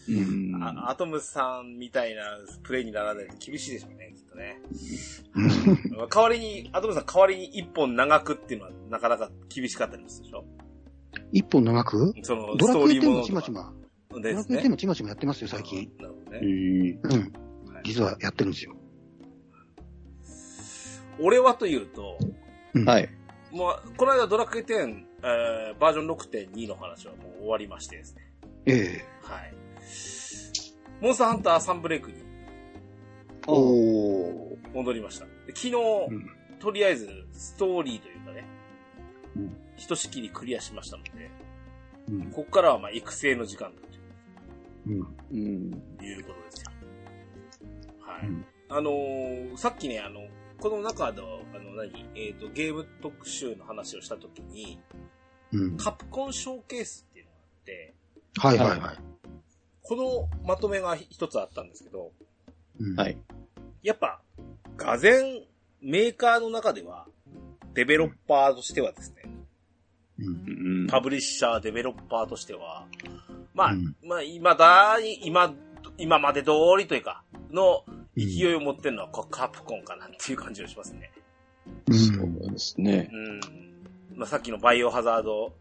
い。うん。あアトムさんみたいなプレイにならないと厳しいでしょうね、きっと ね。代わりに、アトムさん代わりに一本長くっていうのはなかなか厳しかったりもするでしょ一本長くその、ドスラトークリエー10もものちとまかちま。ドでラすクエ10ね。もちまちまやってますよ、最近。なるほどね。うんうん。はい実はやってるんですよ。俺はというと、うんはい。もう、この間ドラクエ10、えーバージョン6.2の話はもう終わりましてですね。ええ。はい。モンスターハンターサンブレイクにおー。戻りました。で昨日、んとりあえずストーリーというかね、うんひとしきりクリアしましたので、うんここからはまあ育成の時間だうん。うん。ということですよ。はい。うんあのーさっきね、あの、この中の、あの何、えっ、と、ゲーム特集の話をしたときに、うん。カプコンショーケースっていうのがあって、はいはいはい。このまとめが一つあったんですけど、うんはい。やっぱ、がぜん、メーカーの中では、デベロッパーとしてはですね、うんうんパブリッシャー、デベロッパーとしては、まあ、うんまあ、今だに、今、今まで通りというか、の勢ういを持ってるのはこうカプコンかなっていう感じがしますね。ん。そうですね。うん。まあ、さっきのバイオハザード、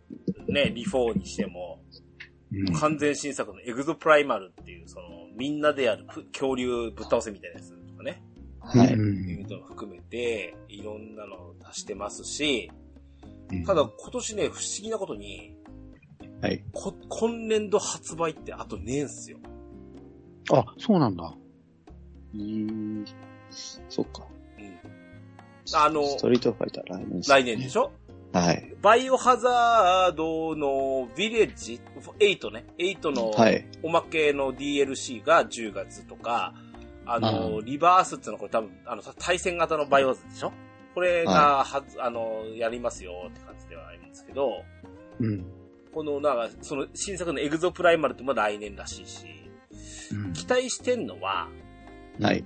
ね、リフォーにしても、うん完全新作のエグゾプライマルっていう、その、みんなでやるぷ恐竜ぶっ倒せみたいなやつとかね。はうい。っていんうのも含めて、いろんなのを足してますし、うんただ今年ね、不思議なことに、はい。こ、今年度発売ってあとねえんすよ。あ、そうなんだ。うん。そっか。あの、ストリートファイター来年です来年でしょはい。バイオハザードのヴィレッジ、8ね、8のはい。おまけの DLC が10月とか、あの、リバースっていうのはこれ多分、あの、対戦型のバイオハザードでしょこれが、はず、あの、やりますよって感じではあるんですけど、うん。この、なんか、その新作のエグゾプライマルってまだ来年らしいし、うん期待してんのは、はい。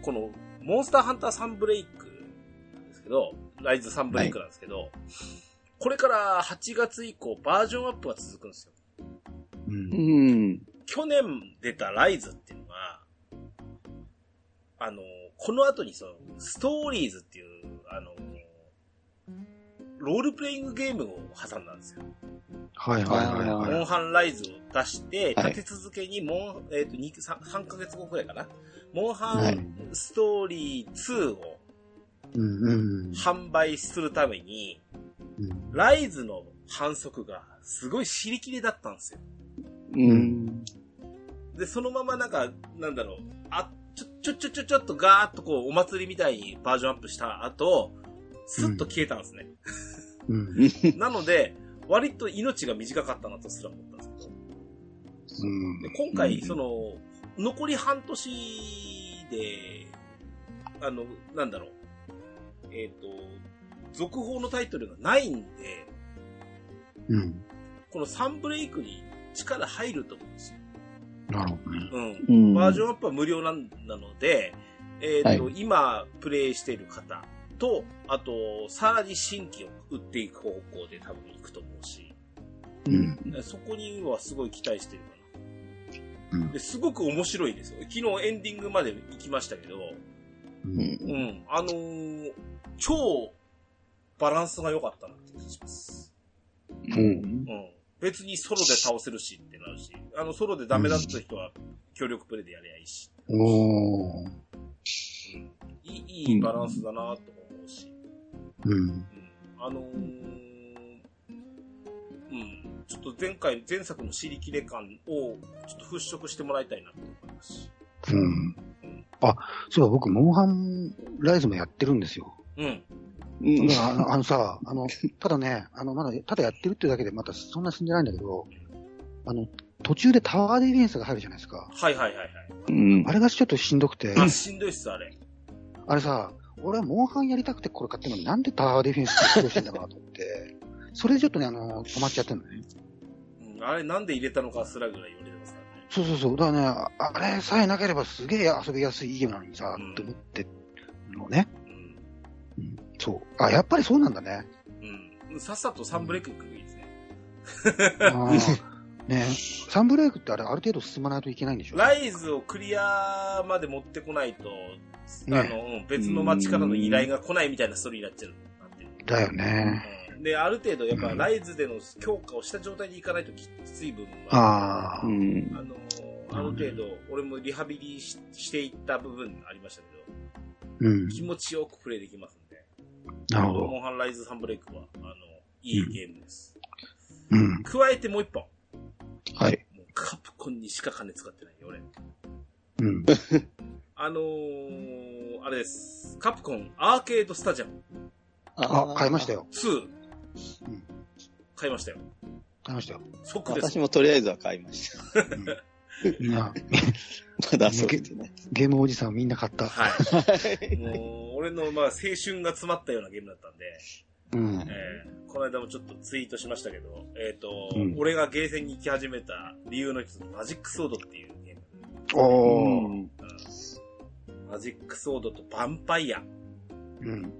この、モンスターハンターサンブレイクなんですけど、ライズサンブレイクなんですけど、これから8月以降バージョンアップが続くんですよ。うんうん。去年出たライズっていうのが、あの、この後にその、ストーリーズっていう、あの、ロールプレイングゲームを挟んだんですよ。はいはいはいはいモはンハンライズを出して、はい立て続けにモン、えっ、と、2、3, 3ヶ月後くらいかな。モンはハいンストーリー2をい。うんうん販売するために、うん。ライズの反則がすごい尻切れだったんですよ。うん。で、そのままなんか、なんだろう、あ、ちょ、ちょ、ちょ、ちょ、ちょっとガーッとこう、お祭りみたいにバージョンアップした後、スッと消えたんですね。うんなので、割と命が短かったなとすら思ったんですけど。うんで今う回、んその、残り半年で、あの、なんだろう、えっ、と、続報のタイトルがないんで、うん。この3ブレイクに力入ると思うんですよ。なるほどね。うん。うんバージョンアップは無料なんなので、えっ、と、は今プレイしている方と、あと、さらに新規を売っていく方向で多分行くと思うし、うん。そこにはすごい期待してるかうな。ん。ですごく面白いですよ。昨日エンディングまで行きましたけど、うんうんうん、あのー超バランスが良かったなって気がします。うんうん。別にソロで倒せるしってなるし、あの、ソロでダメだった人は協力プレイでやりゃいいし、おー。いいいいバランスだなと思うし、うん。うん、あのーうん、ちょっと前回、前作の尻切れ感をちょっと払拭してもらいたいなと思いますし、うん。あ、そうだ、僕、モンハンライズもやってるんですよ。うん、うんだからあのあのさ、あの、ただね、あの、まだ、ただやってるってだけで、またそんな死んでないんだけど、あの、途中でタワーディフェンスが入るじゃないですか。はいはいはいはい。うんあれがちょっとしんどくて、あ、しんどいっす、あれ。あれさ、俺はモンハンやりたくてこれ買ってるのになんでタワーディフェンスしてほしいんだろうなと思って、それでちょっとね、あの、止まっちゃってるのね。うん、あれなんで入れたのかすらぐらい言われてますからね。そうそうそう。だからね、ああれさえなければすげえ遊びやすいゲームなのにさ、うんと思ってるのね。うんそう。あ、やっぱりそうなんだね。うん。さっさとサンブレイク行くべきですね。あーねサンブレイクってあれ、ある程度進まないといけないんでしょライズをクリアまで持ってこないと、あの、うん別の町からの依頼が来ないみたいなストーリーになっちゃう。なってるだよね。うんで、ある程度やっぱうんライズでの強化をした状態に行かないときつい部分は、あうあ、んあの、ある程度、俺もリハビリししていった部分ありましたけど、うん。気持ちよくプレイできますんで、なるほモど。ンハンライズサンブレイクは、あの、いいゲームです。うん。加えてもう一本。はい。もうカプコンにしか金使ってないよ、俺。うん。あのー、あれです。カプコンアーケードスタジアムあ、買いましたよ。よ。 2。うん買いましたよ。買いましたよ。即です私。もとりあえずは買いました。うんみんな、まだ遊べてない。ゲームおじさんみんな買った。ははいい。もう、俺の、まあ、青春が詰まったようなゲームだったんで、うん。えー、この間もちょっとツイートしましたけど、えっ、と、うん俺がゲーセンに行き始めた理由の一つ、マジックソードっていうゲーム。おー。マジックソードとヴァンパイア。うん。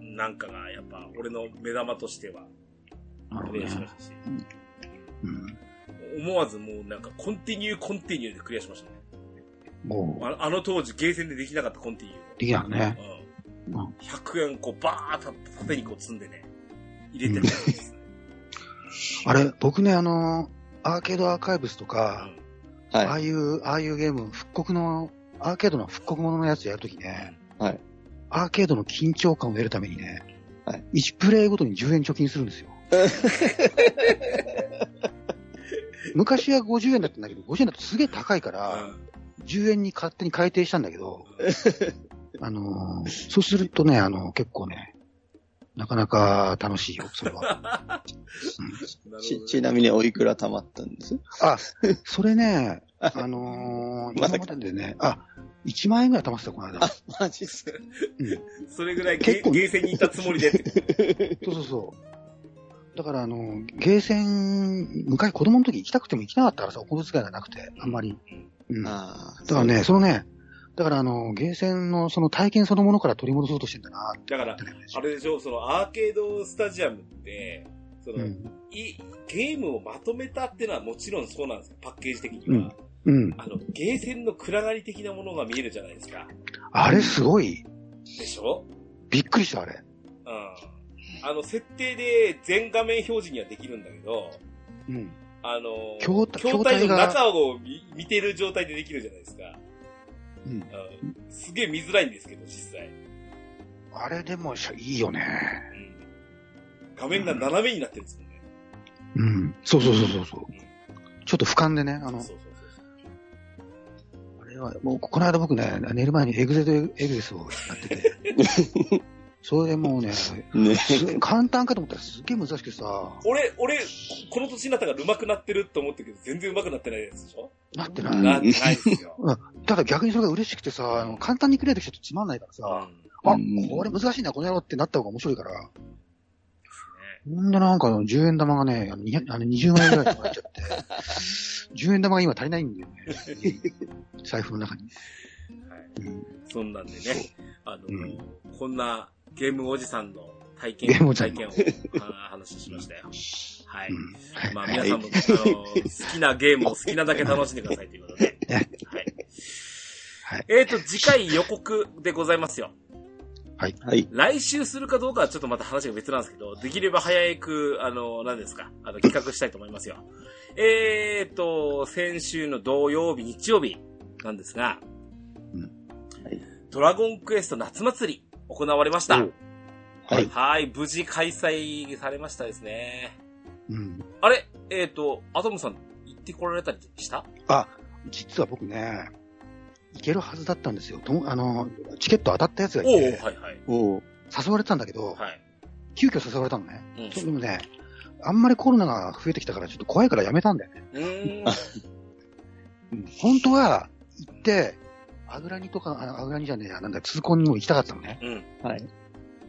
うん。なんかが、やっぱ、俺の目玉としては、なプるほどレイしまね。したし、うん。思わずもうなんかコンティニューコンティニューでクリアしましたね。おー。ああの当時ゲーセンでできなかったコンティニュできなのね。ーを。ううんん。 100円こうバーッと縦にこう積んでね、入れてたんですね。あれ、僕ね、あのー、アーケードアーカイブスとか、あはあい。いう、ああいうゲーム、復刻の、アーケードの復刻もののやつ やるときね、はい。アーケードの緊張感を得るためにね、はい1プレイごとに10円貯金するんです よ。昔は50円だったんだけど、50円だとすげえ高いかうら、ん10円に勝手に改定したんだけ ど、あのーそうするとね、あの結構ね、なかなか楽しいよ、それは。 なるほどねち、ちなみにおいくら貯まったんです あ、それね、あの ー、ま今さかまででね、あ、1万円ぐらい貯まってた、この間。マジっすかそれぐらいゲ結構ゲーセンにいたつもりでっ て。そうそうそう。だから、あの、ゲーセン、昔子供の時行きたくても行きなかったからさ、お小遣いがなくて、あんまり。うん。だ ああ。からね、そのね、だからあの、ゲーセンのその体験そのものから取り戻そうとしてんだなってだから、あれでしょ、そのアーケードスタジアムって、その、うん。いゲームをまとめたってのはもちろんそうなんですよパッケージ的には。うんうん。あの、ゲーセンの暗がり的なものが見えるじゃないですか。あれすごい。でしょびっくりした、あれ。うん。あの、設定で全画面表示にはできるんだけど、うん。あの、筐体筐体の筐体が中を見見てる状態でできるじゃないですか。うん。うん。すげえ見づらいんですけど、実際。あれでもしゃ、いいよね。うん。画面が斜めになってるんですもんね。うん。そうそうそうそうそう。ちょっと俯瞰でね、あうん。の、そうそうそうあれは、もう、この間僕ね、寝る前にエグゼとエグゼスをやってて、 それでもうね、ね。すげえ簡単かと思ったらすっげえ難しくてさ、俺、俺、この年になったから上手くなってると思ったけど、全然上手くなってないやつでしょなってうなんい。なってないですよ。ただ逆にそれが嬉しくてさ、あの簡単にクリアできちゃうとつまんないからさ、うん あうん、これ難しいな、この野郎ってなった方が面白いから、ねほんでなんか10円玉がね、あの200あの20万円ぐらいとかなっちゃって、10円玉が今足りないんだ よね。財布の中に。はい。うんそんなんでね、あの、うんこんなゲームおじさんの体ゲーム験おを、じさん体の験を、あ話しましたよ。はい。うんまあ皆さんも、あの、好きなゲームを好きなだけ楽しんでくださいということで。はい。はいえーと、次回予告でございますよ。はい。来週するかどうかはちょっとまた話が別なんですけど、できれば早く、あの、何ですか、あの、企画したいと思いますよ。えーと、先週の土曜日、日曜日なんですが、うんはいドラゴンクエスト夏祭り、行われました。おはい。はい、無事開催されましたですね。うん。あれえーと、アトムさん、行ってこられたりしたあ、実は僕ね、行けるはずだったんですよ。ともあの、チケット当たったやつがいおおて、はいはい。おう誘われてたんだけど、はい。急遽誘われたのね。うん。うでもね、あんまりコロナが増えてきたからちょっと怖いからやめたんだよね。ーん。うん本当は行って、あぐらにとか、ああぐらにじゃねえや、なんだ、通行にも行きたかったのね。うん。はい。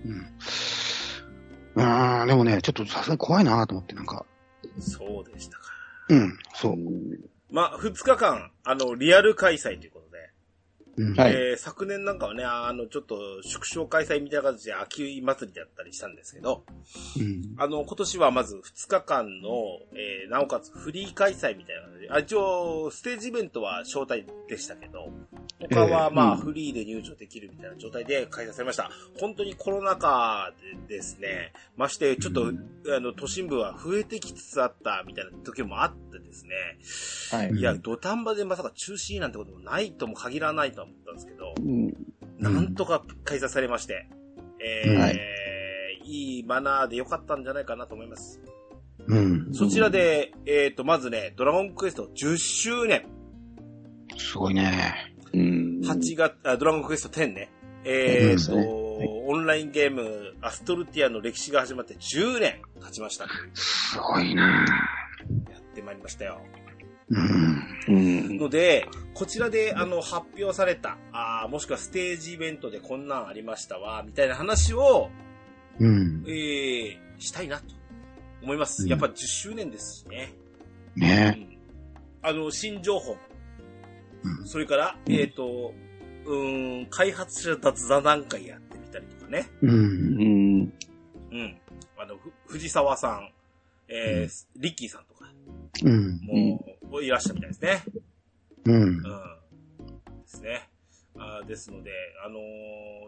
うん。うーん、でもね、ちょっとさすがに怖いなと思って、なんか。そうでしたか。うん、そう。まあ、2日間、あの、リアル開催ということで、うん、はいえー昨年なんかはね、あの、ちょっと縮小開催みたいな形で秋祭りだったりしたんですけど、うん。あの、今年はまず2日間の、えーなおかつフリー開催みたいな形で、あ、一応、ステージイベントは招待でしたけど、他はまあ、うんフリーで入場できるみたいな状態で開催されました。本当にコロナ禍でですね、まして、ちょっと、うんあの、都心部は増えてきつつあったみたいな時もあってですね、はい。うんいや、土壇場でまさか中止なんてこともないとも限らないとは思ったんですけど、うん。うんなんとか開催されまして、えーはいいいマナーで良かったんじゃないかなと思います。うん。そちらで、えっ、と、まずね、ドラゴンクエスト10周年、すごいね。うん。 8月、あドラゴンクエスト10ね、えっ、と、うんオンラインゲーム、アストルティアの歴史が始まって10年経ちました。すごいなやってまいりましたよ。うん。うん。ので、こちらで、あの、発表された、あーもしくはステージイベントでこんなんありましたわ、みたいな話を、うんえ。ー、したいなと思います。うんやっぱ10周年ですしね。うねん、あの、新情報、うんそれから、うんえっ、と、うーん、開発者脱座談会やってみたりとかね。う。うんん。うん。あの、ふ藤沢さん、えーリッキーさんとか、うん。もう、いらっしゃるみたいですね。うん。うんですね。あーですので、あの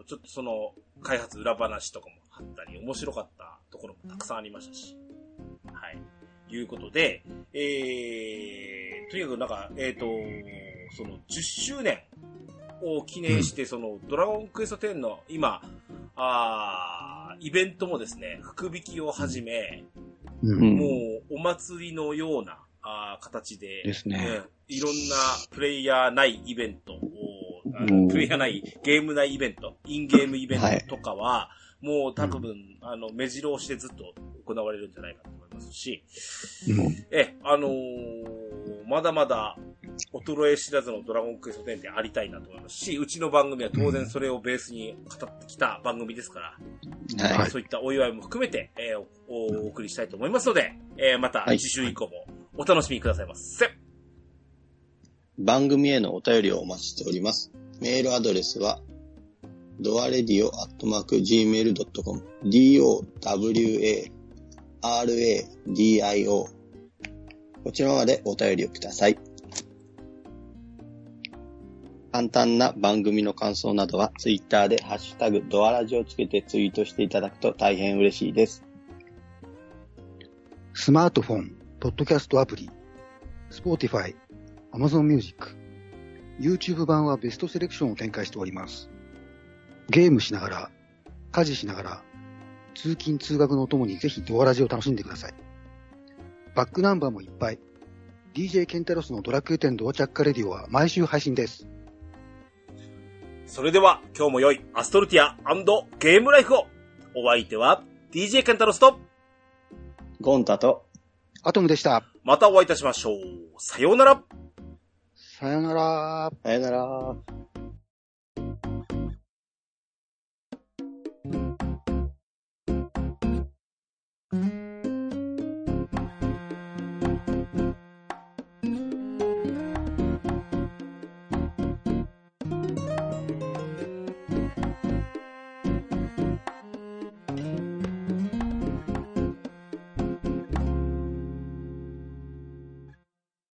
ーちょっとその、開発裏話とかもあったり、面白かったところもたくさんありましたし。はい。いうことで、えー、とにかくなんか、えっ、と、その10周年を記念して、その、ドラゴンクエスト10の今、あーイベントもですね、福引きをはじめ、う。うんん。もうお祭りのようなあー形で、ですねうんいろんなプレイヤーないイベントを、あうのんプレイヤーないゲーム内イベント、インゲームイベントとかは、もう多分、あの、目白押しでずっと行われるんじゃないかと思いますし、うんえ、あのーまだまだ衰え知らずのドラゴンクエスト10でありたいなと思いますし、うちの番組は当然それをベースに語ってきた番組ですから、ははいい。そういったお祝いも含めて、えーおお送りしたいと思いますので、えーまたはい次週以降もお楽しみくださいませ。番組へのお便りをお待ちしております。メールアドレスは、ドアレディオアットマーク Gmail.com、d-o-w-a-r-a-d-i-o。こちらまでお便りをください。簡単な番組の感想などは、ツイッターでハッシュタグドアラジをつけてツイートしていただくと大変嬉しいです。スマートフォン、ポッドキャストアプリ、Spotify、Amazon Music、YouTube 版はベストセレクションを展開しております。ゲームしながら、家事しながら、通勤通学のお供にぜひドアラジを楽しんでください。バックナンバーもいっぱい。DJ ケンタロスのドラクエ10ドアチャッカレディオは毎週配信です。それでは今日も良いアストルティアゲームライフをお相手は DJ ケンタロスとゴンタと、アトムでした。またお会いいたしましょう。さようならさよなら。さよなら。